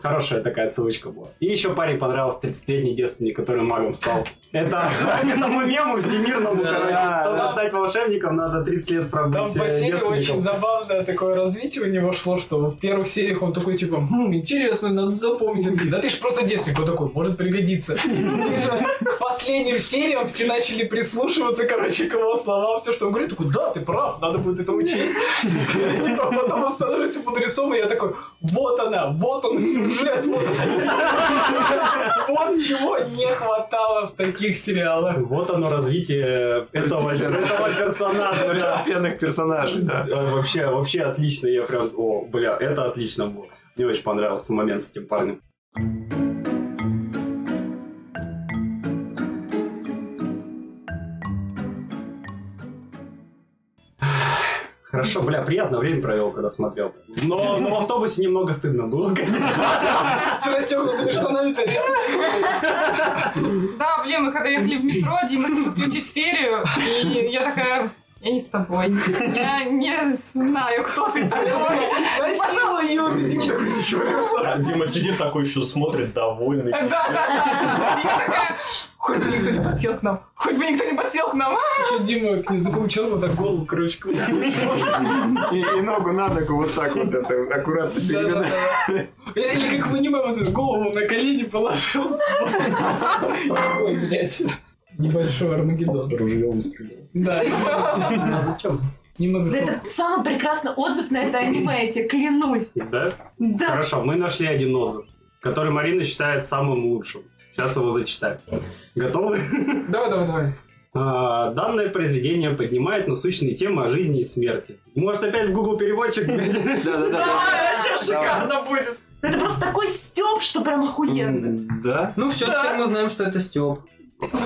Хорошая такая отсылочка была. И еще парень понравился 30-летний девственник, который магом стал. Это отсылка к этому мему всемирному,
Да,
короче.
да,
Чтобы
да.
стать волшебником, надо 30 лет
Там
пробыть
в
э,
бассейне очень
девственником.
забавное такое развитие у него шло, что в первых сериях он такой, типа, «Хм, интересно, надо запомнить. Они такие, Да ты ж просто девственник. Он такой, может пригодится. Ближе к последним сериям все начали прислушиваться, короче, к его словам, все, что он говорит. Такой, да, ты прав, надо будет это учесть. Типа, потом он становится мудрецом, и я такой, вот она, вот он сюжет, вот она». Вот чего не хватало в таких сериалах.
Вот оно развитие этого, этого персонажа. да.
Пенных персонажей, да.
Э, Вообще, вообще отлично. Я прям, о, бля, это отлично было. Мне очень понравился момент с этим парнем. Хорошо, бля, приятно время провел, когда смотрел. Но, но в автобусе немного стыдно было, конечно.
С расстегнутыми штанами тарелки.
Да, блин, мы когда ехали в метро, Дима решил включить серию, и я такая, я не с тобой. Я не знаю, кто ты такой.
Насилу ее, Дим такой, ты чего, я ушла?»
А Дима сидит такой еще смотрит, довольный.
Да, да, да. И я такая, хоть бы никто не подсел к нам, хоть бы никто не подсел к нам.
Еще Дима к языком челку так голову, короче, крутил.
И, и ногу на ногу вот так вот это аккуратно
Да-да-да.
перевернуть.
Или или как в аниме, вот эту голову на колени положил. Ой, блядь. Небольшой Армагеддон.
Ружье выстрелил.
Да.
А зачем?
Немного.
Да это самый прекрасный отзыв на это аниме, я тебе клянусь.
Да?
Да.
Хорошо, мы нашли один отзыв, который Марина считает самым лучшим. Сейчас его зачитаю. Готовы?
Давай, давай, давай.
А, А, Данное произведение поднимает насущные темы о жизни и смерти. Может, опять в Google переводчик?
Да, вообще шикарно
будет.
Это просто такой стёб, что прям охуенно.
Да.
Ну все, теперь мы знаем, что это Степ.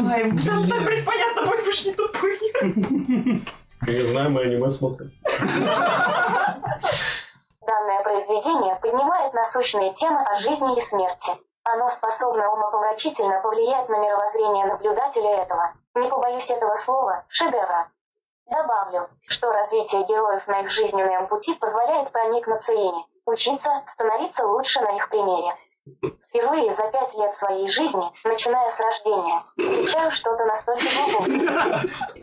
Ай, да, да, блядь,
понятно будет, вы же не тупые.
Я знаю, мы аниме смотрим.
Данное произведение поднимает насущные темы о жизни и смерти. Оно способно умопомрачительно повлиять на мировоззрение наблюдателя этого, не побоюсь этого слова, шедевра. Добавлю, что развитие героев на их жизненном пути позволяет проникнуться ими, учиться, становиться лучше на их примере. Впервые за пять лет своей жизни, начиная с рождения, встречаю что-то настолько глубокое,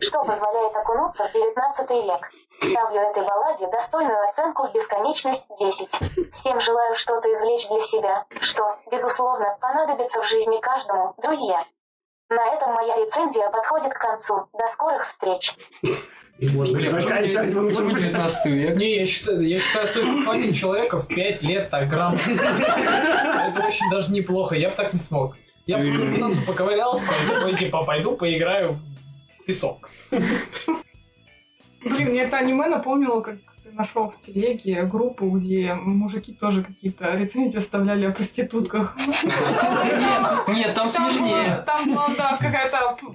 что позволяет окунуться в 19 век. Ставлю этой балладе достойную оценку в бесконечность 10. Всем желаю что-то извлечь для себя, что, безусловно, понадобится в жизни каждому, друзья. На этом моя рецензия подходит к концу. До скорых встреч!
Можно
Блин,
заканчивать
почему-
выпуск.
почему 19
век?
Не, я считаю, я считаю, что это память человека в 5 лет так грамотно. Это очень даже неплохо, я бы так не смог. Я бы в носу поковырялся, и такой, типа, пойду поиграю в песок.
Блин, мне это аниме напомнило, как ты нашел в телеге группу, где мужики тоже какие-то рецензии оставляли о проститутках.
Нет, там
была,
смешнее.
там была, да, какая-то п-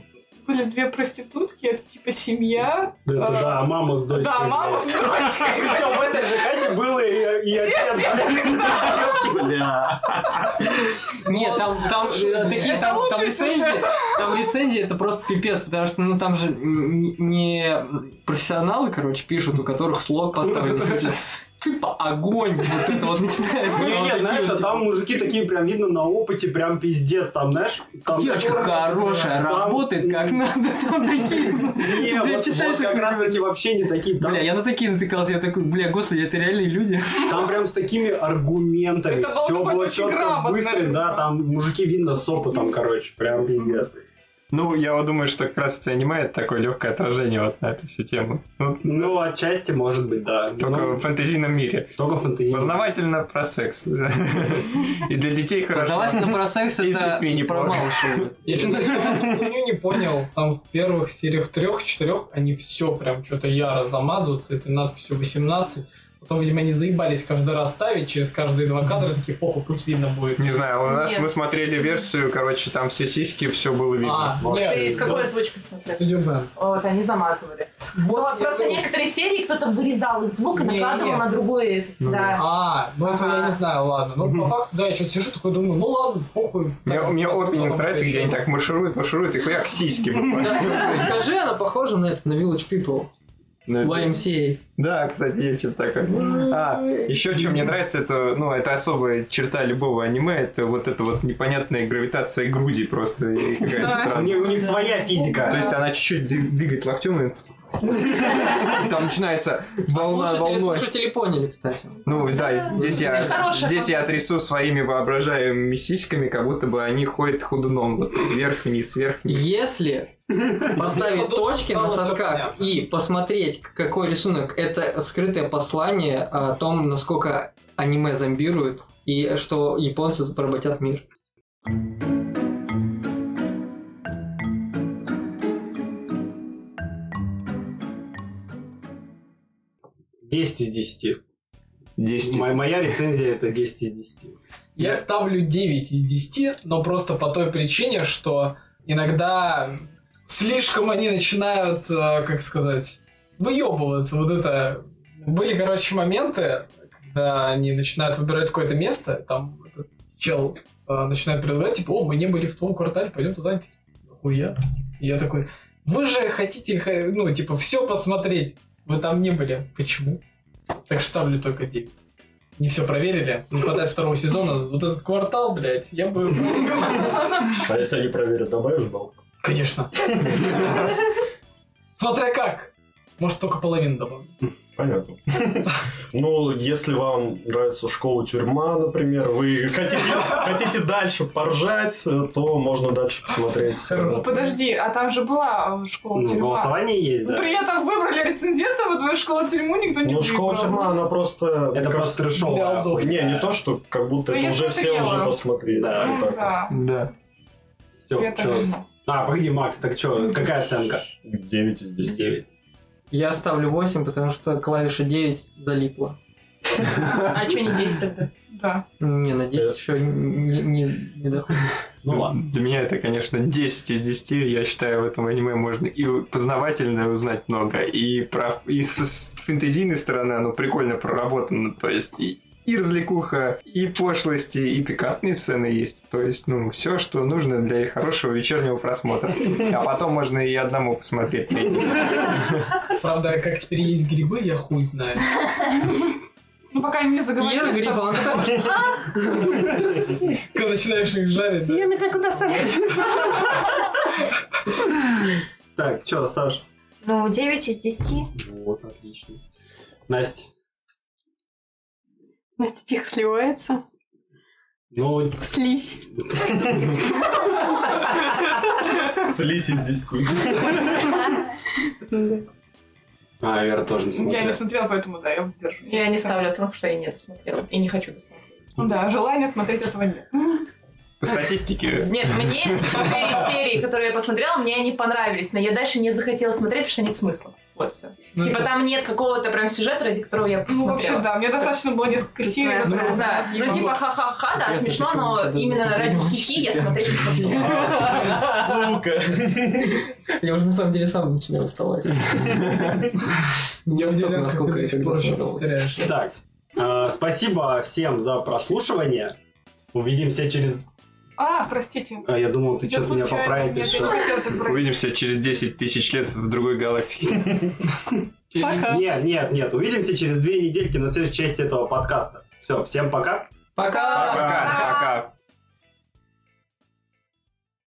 были две проститутки, это типа семья.
Да, это
А,
да, мама с дочкой.
Да, мама с
блядь.
дочкой.
Причем в этой же хате был и, и отец. блядь.
Нет, там, там э, такие там, там лицензии. Там лицензии это просто пипец, потому что ну там же н- не профессионалы, короче, пишут, у которых слог
Ну,
поставлен. короче, Типа огонь, вот это вот начинается. типа,
Не, не, знаешь, а там мужики такие прям видно на опыте, прям пиздец, там, знаешь, там
Девочка хорошая, работает как надо, там такие.
Не,
Ты, бля,
вот-
читаешь
вот как
их,
раз таки вообще не такие. Там,
Бля, я на такие натыкался, я такой, бля, господи, это реальные люди.
там прям с такими аргументами.
Это было
Все
какое-то
было
очень
четко,
грамотное.
быстро, да, там мужики видно с опытом, короче, прям пиздец.
Ну, я вот думаю, что как раз это аниме это такое легкое отражение вот на эту всю тему. Ну,
Ну, отчасти, может быть, да.
Только
Ну,
в фэнтезийном мире.
Только в фэнтезийном.
Познавательно про секс. И для детей хорошо.
Познавательно про секс
И с
это
детьми не
про
пора.
малышей.
Я что-то не понял. Там в первых сериях трех-четырех они все прям что-то яро замазываются этой надписью 18. Потом, видимо, они заебались каждый раз ставить через каждые два кадра, такие похуй, пусть видно будет.
Не знаю, у нас
Нет.
мы смотрели версию, короче, там все сиськи, все было видно.
А, нет.
Ты из какой озвучки
Студио
смотрел?
Бен.
Вот, они замазывали.
Вот,
Просто некоторые серии кто-то вырезал их звук и
Не,
накладывал
не.
на другой. этот,
Ну да.
Да.
А, ну этого я не знаю, ладно. Ну, по факту, да, я что-то сижу, такой думаю, ну ладно, похуй.
Мне, мне опенинг нравится, где они так маршируют, маршируют, и хуяк сиськи буквально.
Скажи, она похожа на это, на Village People. Эм YMCA.
Ну, Да, кстати, есть что-то такое. А, еще что мне нравится, это, ну, это особая черта любого аниме, это вот эта вот непонятная гравитация груди просто. и какая-то
Да.
странная.
У них- у них своя физика.
То есть она чуть-чуть ды- двигает локтем, и там начинается волна
Слушатели,
волной.
слушатели поняли, кстати.
Ну да, здесь я,
Хорошая
здесь я трясу своими воображаемыми сиськами, как будто бы они ходят ходуном. Вот вверх, вниз, вверх, вниз.
Если поставить точки на сосках и посмотреть, какой рисунок, это скрытое послание о том, насколько аниме зомбирует и что японцы поработят мир.
Десять из десяти.
10
Моя, моя рецензия это 10 из 10.
Я ставлю 9 из 10, но просто по той причине, что иногда слишком они начинают, э, как сказать, выебываться. Вот это... Были, короче, моменты, когда они начинают выбирать какое-то место, там этот чел э, начинает предлагать, типа, о, мы не были в твоем квартале, пойдем туда. Они такие, Хуя. И я такой, вы же хотите, ха- ну, типа, все посмотреть. Вы там не были. Почему? Так что ставлю только 9. Не все проверили. Не хватает второго сезона. Вот этот квартал, блядь, я бы...
А если они проверят, добавишь балл?
Конечно. Смотря как. Может, только половину добавлю.
Понятно. Ну, если вам нравится школа-тюрьма, например, вы хотите, хотите дальше поржать, э, то можно дальше посмотреть.
Ну подожди, а там же была э, школа
Ну,
тюрьма.
голосование есть,
Ну,
да.
При этом выбрали рецензента, вот вы школу тюрьму никто не
Ну,
выбрал.
школа-тюрьма, она просто...
Это просто трешовая
трешовая. Не, не то, что как будто
Да
это
я
уже все
смотрела.
уже посмотрели.
Ну, да.
Да.
Я так думала.
А, погоди, Макс, так что, какая оценка?
9 из 10.
Я ставлю 8, потому что клавиша 9 залипла.
А что не 10 тогда?
Да.
Не, надеюсь, еще не, не, не доходит.
Ну ладно.
Для меня это, конечно, 10 из 10. Я считаю, в этом аниме можно и познавательно узнать много, и, про, и с, с фэнтезийной стороны оно прикольно проработано. То есть и, и развлекуха, и пошлости, и пикантные сцены есть. То есть, ну, все, что нужно для хорошего вечернего просмотра. А потом можно и одному посмотреть.
Правда, а как теперь есть грибы, я хуй знаю.
Ну, пока не заговорили с тобой.
Когда начинаешь их жарить, да?
Я меня так удосадит.
Так, что, Саш?
Ну, 9 из 10.
Вот, отлично. Настя.
Настя тихо сливается.
Ну,
Слизь.
Слизь из 10.
а, Вера тоже не
Я
смотрела.
не смотрела, поэтому да, я воздержусь.
Я не ставлю оценку, потому что я не досмотрела. И не хочу досмотреть.
Ну Да, желания смотреть этого нет.
По статистике...
Нет, мне 4 серии, которые я посмотрела, мне они понравились, но я дальше не захотела смотреть, потому что нет смысла. Вот все.
Ну,
типа
это-
там нет какого-то прям сюжета, ради которого я
Ну,
посмотрела.
вообще, да, мне достаточно было несколько серий.
Ну,
чтобы
да,
узнать,
ну
я
типа
могла.
ха-ха-ха, да,
Интересно,
смешно,
почему
но
тогда
именно
смотрели
ради
мультики?
хихи я смотреть не посмотрела.
Я уже на самом деле сам начинаю уставать. Не настолько, Ну, насколько я когда смотрел.
Так, э, спасибо всем за прослушивание. Увидимся через...
А, простите.
А, я думал, ты
Я
сейчас меня
случайно,
поправить
нет, я
еще.
не хотела тебя поправить.
Увидимся через 10 тысяч лет в другой галактике.
Пока.
Нет, нет, нет. Увидимся через две недельки на следующей части этого подкаста. Все, всем пока.
Пока!
Пока! Пока!